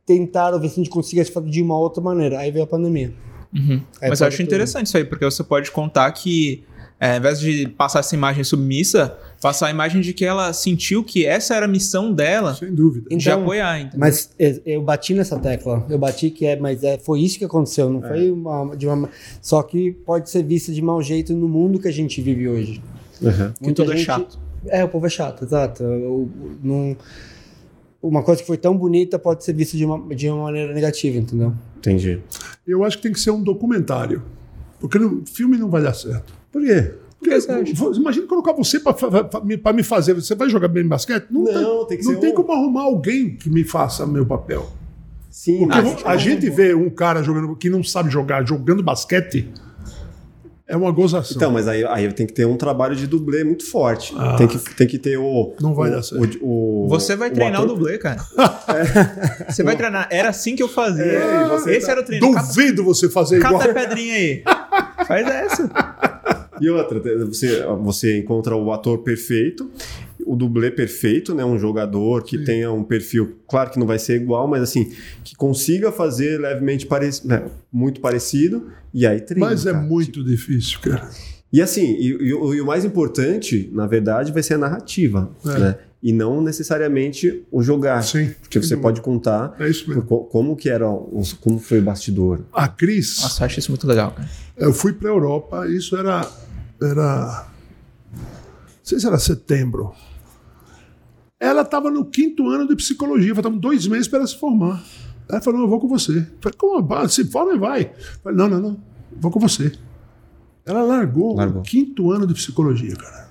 tentaram ver se a gente conseguia fazer de uma outra maneira. Aí veio a pandemia. Aí Uhum. Mas eu para acho tudo. interessante isso aí, porque você pode contar que, é, ao invés de passar essa imagem submissa, passar a imagem de que ela sentiu que essa era a missão dela Sem dúvida. de Então, apoiar. Então. Mas eu- eu bati nessa tecla. Eu bati que é, mas é, foi isso que aconteceu. Não foi uma, de uma. Só que pode ser vista de mau jeito no mundo que a gente vive hoje. Aham. Que tudo é chato. É, o povo é chato, exato. O- o- não- uma coisa que foi tão bonita pode ser vista de uma, de uma maneira negativa, entendeu? Entendi. Eu acho que tem que ser um documentário. Porque no filme não vai dar certo. Por quê? Porque, vo- imagina colocar você para me fazer. Você vai jogar bem basquete? Não, Não, tem que não ser tem um- como arrumar alguém que me faça meu papel. Ah, Sim, né? Porque vo- a gente vê um cara jogando que não sabe jogar, jogando basquete, é uma gozação. Então, mas aí, aí tem que ter um trabalho de dublê muito forte. Tem, que, tem que ter o. Ah. Não vai o- dar certo. o- o- Você vai treinar o, ator- dublê, cara. Você vai treinar. Era assim que eu fazia. É, e você Esse tá- era o treino. Cata, Duvido você fazer igual. cata a pedrinha aí. Faz essa. E outra, você, você encontra o ator perfeito, o dublê perfeito, né? Um jogador que tenha um perfil, claro que não vai ser igual, mas assim, que consiga fazer levemente parecido, muito parecido, e aí treina. Mas é cara. muito difícil, cara. E assim, e, e o- e o mais importante, na verdade, vai ser a narrativa. né? e não necessariamente o jogar. É. Sim. Porque você Sim. pode contar É isso mesmo. co- como que era, os- como foi o bastidor. A Ah. Cris, Nossa, eu acho isso muito legal, cara. eu fui para a Europa, isso era. era não sei se era setembro. Ela estava no quinto ano de psicologia, faltavam dois meses para ela se formar. Ela falou: não, eu vou com você. Eu falei: como? vai? Se forma e vai. Eu falei, não, não, não, eu vou com você. Ela largou, Largou. o quinto ano de psicologia, cara,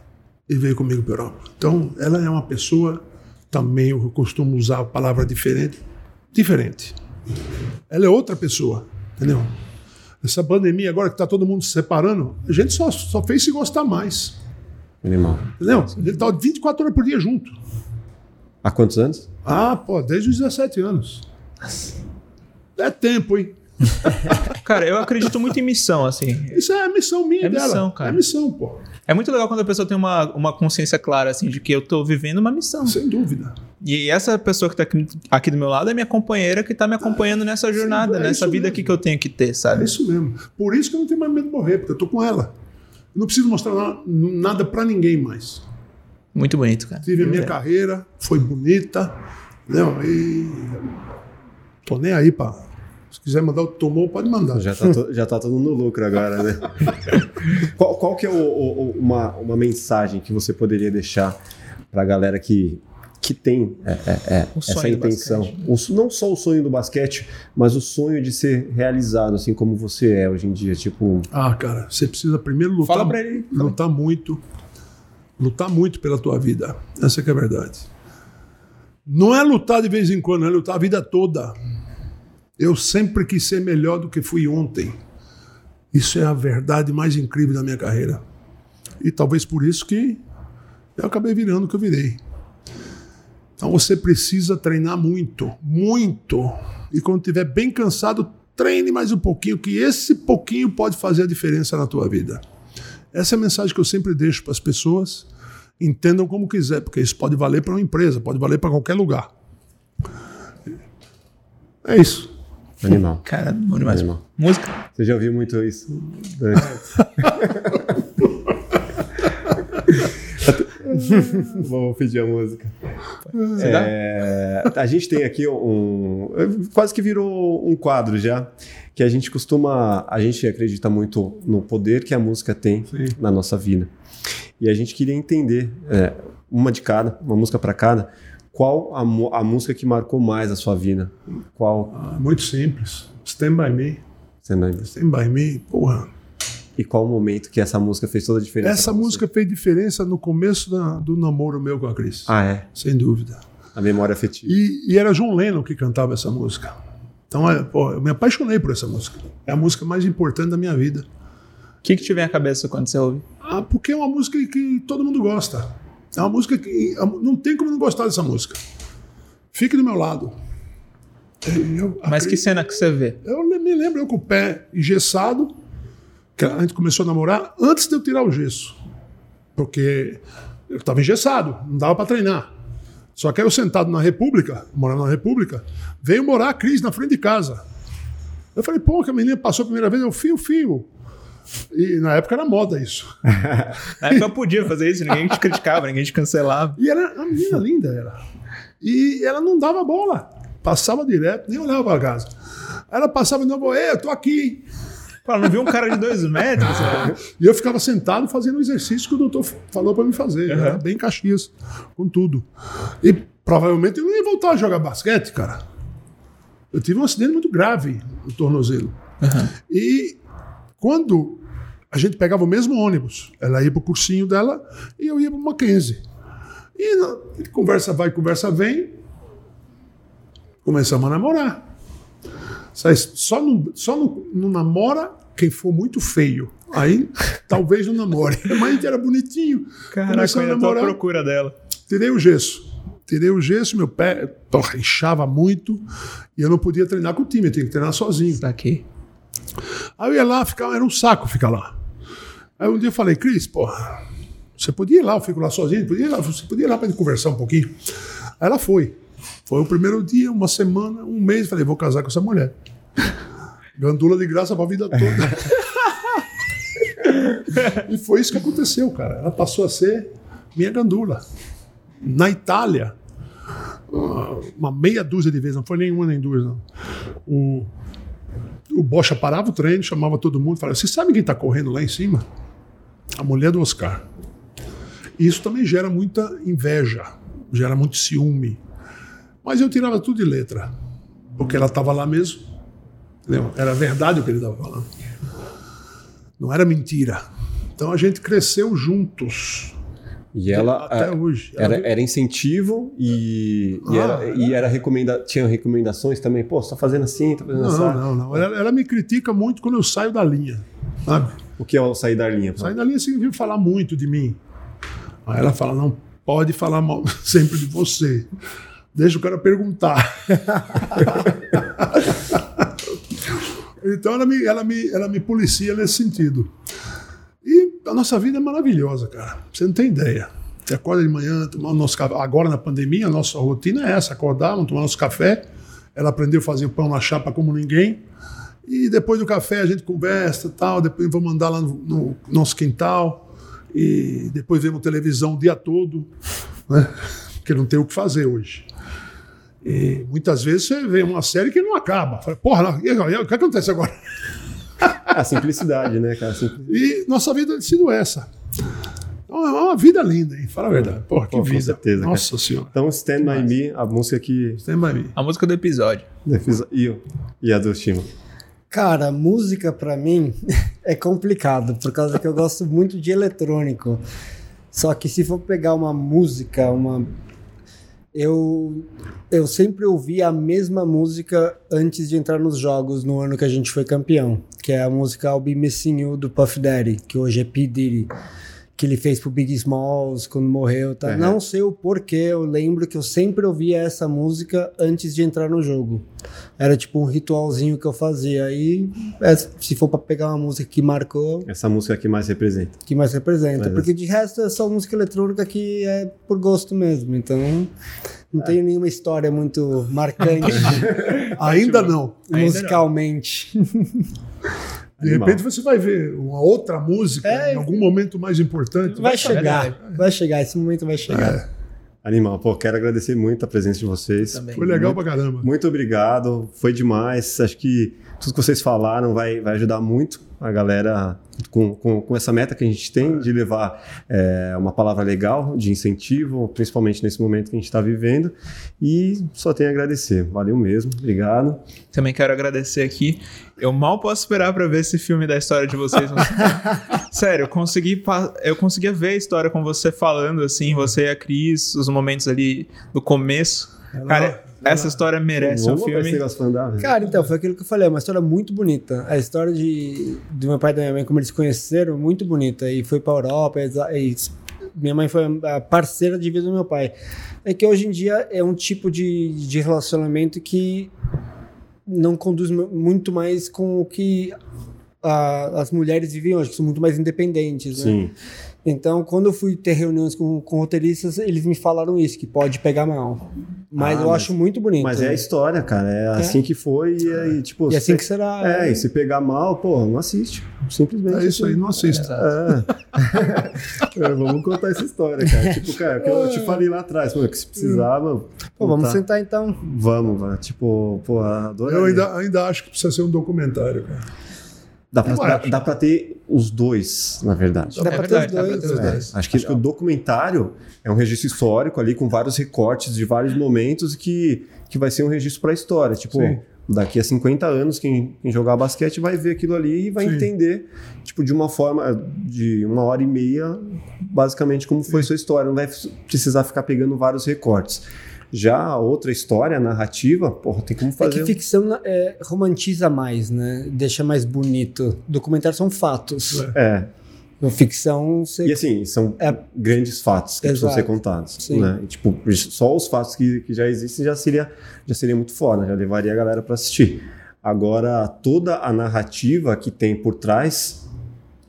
e veio comigo para Europa. Então, ela é uma pessoa, também eu costumo usar a palavra diferente, diferente. Ela é outra pessoa, entendeu? Essa pandemia agora que está todo mundo se separando, a gente só, só fez se gostar mais. Minimal. Entendeu? Ele tá 24 horas por dia junto. Há quantos anos? Ah, pô, desde os 17 anos. É tempo, hein? Cara, eu acredito muito em missão, assim. Isso é a missão minha É dela. missão, cara. É missão, pô. É muito legal quando a pessoa tem uma, uma consciência clara, assim, de que eu tô vivendo uma missão. Sem dúvida. E essa pessoa que tá aqui, aqui do meu lado é minha companheira que tá me acompanhando nessa jornada, é nessa isso vida mesmo. aqui que eu tenho que ter, É sabe? isso mesmo. Por isso que eu não tenho mais medo de morrer, porque eu tô com ela. Eu não preciso mostrar na- nada pra ninguém mais. Muito bonito, cara. Tive a minha carreira, foi bonita, entendeu? E. Tô nem aí, pá. Se quiser mandar o tomou, pode mandar. Já tá, to- já tá todo mundo lucro agora, né? qual, qual que é o- o- o- uma, uma mensagem que você poderia deixar pra galera que, que tem é, é, é, essa O Um sonho do intenção? basquete. né? O so- não só o sonho do basquete, mas o sonho de ser realizado, assim como você é hoje em dia. Tipo, Ah, cara, você precisa primeiro lutar. Fala pra ele. Lutar muito. Lutar muito pela tua vida. Essa que é a verdade. Não é lutar de vez em quando, é lutar a vida toda. Eu sempre quis ser melhor do que fui ontem. Isso é a verdade mais incrível da minha carreira. E talvez por isso que eu acabei virando o que eu virei. Então você precisa treinar muito, muito. E quando estiver bem cansado, treine mais um pouquinho, que esse pouquinho pode fazer a diferença na tua vida. Essa é a mensagem que eu sempre deixo para as pessoas. Entendam como quiser, porque isso pode valer para uma empresa, pode valer para qualquer lugar. É isso. animal. Cara, bom demais. Animal. Música. Você já ouviu muito isso? durante- Vou pedir a música. Você dá? É, a gente tem aqui um. Quase que virou um quadro já. Que a gente costuma. A gente acredita muito no poder que a música tem na nossa vida. E a gente queria entender, é, uma de cada, uma música para cada, qual a, mu- a música que marcou mais a sua vida? Qual. Ah, muito simples. Stand by me. você lembra? Stand by me. Porra. E qual o momento que essa música fez toda a diferença? Essa pra você? música fez diferença no começo da- do namoro meu com a Cris. Ah, é. Sem dúvida. A memória afetiva. E, e era John Lennon que cantava essa música. Então, é, pô, eu me apaixonei por essa música. É a música mais importante da minha vida. O que, que te vem à cabeça quando você ouve? Ah, porque é uma música que todo mundo gosta. É uma música que a- não tem como não gostar dessa música. Fique do meu lado. E Eu, a Mas que Cris- cena que você vê? eu le- me lembro eu com o pé engessado, que a gente começou a namorar antes de eu tirar o gesso. Porque eu estava engessado, não dava para treinar. Só que aí eu sentado na República, morando na República, veio morar a Cris na frente de casa. Eu falei, pô, que a menina passou a primeira vez, eu fio, fio. E na época era moda isso. Na época eu podia fazer isso, ninguém te criticava, ninguém te cancelava. E era uma menina linda, era. E ela não dava bola. Passava direto, nem olhava pra casa. Aí Ela passava de novo, "Ei, eu tô aqui. hein?" Pô, não viu um cara de dois metros? cara? E eu ficava sentado fazendo o exercício que o doutor f- falou pra me fazer. Era bem Caxias, com tudo. E provavelmente eu não ia voltar a jogar basquete, cara. Eu tive um acidente muito grave no tornozelo. E quando a gente pegava o mesmo ônibus, ela ia pro cursinho dela e eu ia pro Mackenzie. E na- conversa vai, conversa vem, começamos a namorar. Só, só, não, só não, não namora quem for muito feio. Aí talvez não namore. Mas a gente era bonitinho. Caraca, eu Começamos a ainda tô à namorar. procura dela. Tirei o gesso. Tirei o gesso, meu pé porra, inchava muito. E eu não podia treinar com o time, eu tinha que treinar sozinho. Daqui. Aí eu ia lá, ficava, era um saco ficar lá. Aí um dia eu falei, Cris, porra, você podia ir lá, eu fico lá sozinho, podia ir lá, você podia ir lá pra gente conversar um pouquinho. Aí ela foi. Foi o primeiro dia, uma semana, um mês, falei, vou casar com essa mulher. Gandula de graça pra vida toda. e foi isso que aconteceu, cara. Ela passou a ser minha gandula. na Itália, uma meia dúzia de vezes, não foi nenhuma nem duas, não. O, o Bocha parava o treino, chamava todo mundo, falava: Você sabe quem está correndo lá em cima? A mulher do Oscar. Isso também gera muita inveja, gera muito ciúme. Mas eu tirava tudo de letra, porque ela estava lá mesmo. Entendeu? Era verdade o que ele estava falando. Não era mentira. Então a gente cresceu juntos. E ela Até a- hoje. Ela Era, vive- era incentivo e, e Ah, era, e era recomenda, tinha recomendações também. Pô, você tá fazendo assim, tá fazendo Não, assim. não, não. Ela, ela me critica muito quando eu saio da linha. Sabe? O que é o sair da linha? pô? Sair da linha significa assim, falar muito de mim. Aí ela fala: não pode falar mal sempre de você. Deixa o cara perguntar. então ela me, ela, me, ela me policia nesse sentido. E a nossa vida é maravilhosa, cara. Você não tem ideia. Você acorda de manhã, tomar o nosso café. Agora na pandemia, a nossa rotina é essa: acordar, vamos tomar nosso café. Ela aprendeu a fazer pão na chapa como ninguém. E depois do café a gente conversa tal. Depois eu vou mandar lá no, no nosso quintal. E depois vemos televisão o dia todo, né? Porque não tem o que fazer hoje. E muitas vezes você vê uma série que não acaba. Fala, porra, lá, e agora? E agora? o que acontece agora? A simplicidade, né, cara? Simpli- E nossa vida tem sido essa. Então, é uma vida linda, hein? Fala a verdade. Porra, que Pô, com vida. certeza, cara. nossa senhora. Então, Stand By Me, a música que Tem mais mim. A música do episódio. eu fiz. E, eu- e a do Shima. Cara, música pra mim é complicado, por causa que eu gosto muito de eletrônico. Só que se for pegar uma música, uma eu eu sempre ouvi a mesma música antes de entrar nos jogos no ano que a gente foi campeão, que é a música I'll Be Missing You do Puff Daddy, que hoje é P Diddy, que ele fez pro Big Smalls quando morreu, tá? Uhum. Não sei o porquê, eu lembro que eu sempre ouvia essa música antes de entrar no jogo. Era tipo um ritualzinho que eu fazia. Aí, é, se for pra pegar uma música que marcou, Essa música é que mais representa. que mais representa. Mas- Porque de resto é só música eletrônica que é por gosto mesmo. Então, não tenho nenhuma história muito marcante Ainda não. não. musicalmente. De Animal. repente você vai ver uma outra música É, em algum momento mais importante. Vai chegar, vai chegar, esse momento vai chegar. Animal, pô, quero agradecer muito a presença de vocês. Também. Foi legal pra caramba. Muito obrigado, foi demais. Acho que tudo que vocês falaram vai, vai ajudar muito a galera com, com, com essa meta que a gente tem de levar é, uma palavra legal, de incentivo, principalmente nesse momento que a gente está vivendo. E só tenho a agradecer. Valeu mesmo, obrigado. Também quero agradecer aqui. Eu mal posso esperar pra ver esse filme da história de vocês. Sério, eu consegui pa- eu conseguia ver a história com você falando assim, você e a Cris, os momentos ali do começo. Cara, essa história merece um Vamos ver esse filme. negócio pra andar, né? velho. Cara, então, foi aquilo que eu falei, é uma história muito bonita. A história de, do meu pai e da minha mãe, como eles se conheceram, muito bonita. E foi pra Europa, e, exa- e minha mãe foi a parceira de vida do meu pai. É que hoje em dia é um tipo de, de relacionamento que não conduz mu- muito mais com o que a- as mulheres viviam hoje, que são muito mais independentes, né? Sim. Então, quando eu fui ter reuniões com, com roteiristas, eles me falaram isso, que pode pegar mal. Mas Ah, eu mas- acho muito bonito. né? Mas é a história, cara. É assim que foi e, aí, tipo. E assim se- que será. É, e se pegar mal, pô, não assiste. Simplesmente. É isso aí, não assista. Ah. É. É, vamos contar essa história, É. cara. Tipo, cara, que eu te falei lá atrás, mano, que se precisar, mano. Pô, vamos contar. sentar então. Vamos, mano. Tipo, pô, adoro. É, Eu ainda, ainda acho que precisa ser um documentário, cara. Dá pra, Eu dá, acho. dá pra ter os dois, na verdade. Dá É pra ter os verdade, dá pra dois. ter os né? É, dois. É, Acho que, acho que o documentário é um registro histórico ali, com vários recortes de vários momentos que, que vai ser um registro pra história. Tipo, Sim. daqui a 50 anos, quem, quem jogar basquete vai ver aquilo ali e vai Sim. entender, tipo, de uma forma, de uma hora e meia, basicamente, como foi sua história. Não vai precisar ficar pegando vários recortes. Já a outra história, a narrativa, porra, tem como É fazer. que um- ficção na- é, romantiza mais, né? Deixa mais bonito. Documentários são né? fatos. É. No ficção, você. E assim, são É. grandes fatos que precisam Exato. ser contados. Sim. Né? E, tipo, só os fatos que, que já existem já seria, já seria muito foda, já levaria a galera para assistir. Agora, toda a narrativa que tem por trás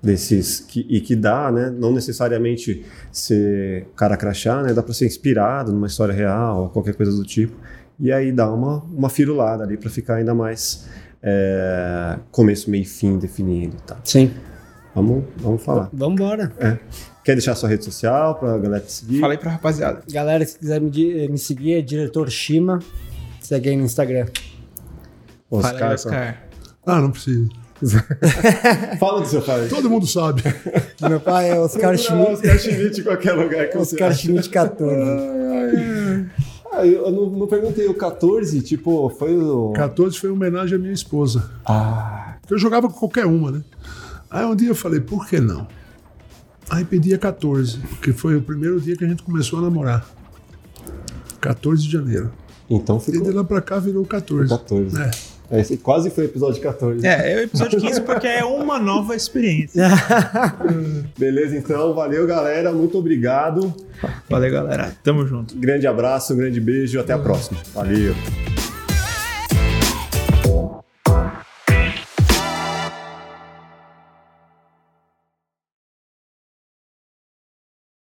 desses que, e que dá, né? Não necessariamente ser cara crachá, né? Dá para ser inspirado numa história real ou qualquer coisa do tipo. E aí dá uma, uma firulada ali para ficar ainda mais eh, é, começo, meio e fim definido, e tal. Sim. É. Vamos, vamos falar. Vambora. Quer deixar sua rede social pra galera te seguir? Falei pra rapaziada. Galera, se quiser me, di- me seguir, é diretor Shima. Segue aí no Instagram. Oscar, Fala aí, Oscar. Ah, não precisa. Fala do seu pai. Todo mundo sabe. Meu pai é Oscar Procura Schmidt. Oscar Schmidt em qualquer lugar que você Oscar acha. Schmidt 14. Ah, eu eu não, não perguntei, o 14, tipo, foi o. 14 foi uma homenagem à minha esposa. Ah, Eu jogava com qualquer uma, né? Aí um dia eu falei, por que não? Aí pedi a 14, que foi o primeiro dia que a gente começou a namorar. 14 de janeiro. então E de ficou. lá pra cá virou 14. 14. É. Esse quase foi o episódio 14. É, é o episódio 15 porque é uma nova experiência. Beleza, então, valeu, galera. Muito obrigado. É. Valeu, galera. Tamo junto. Grande abraço, grande beijo. Até a próxima. Valeu.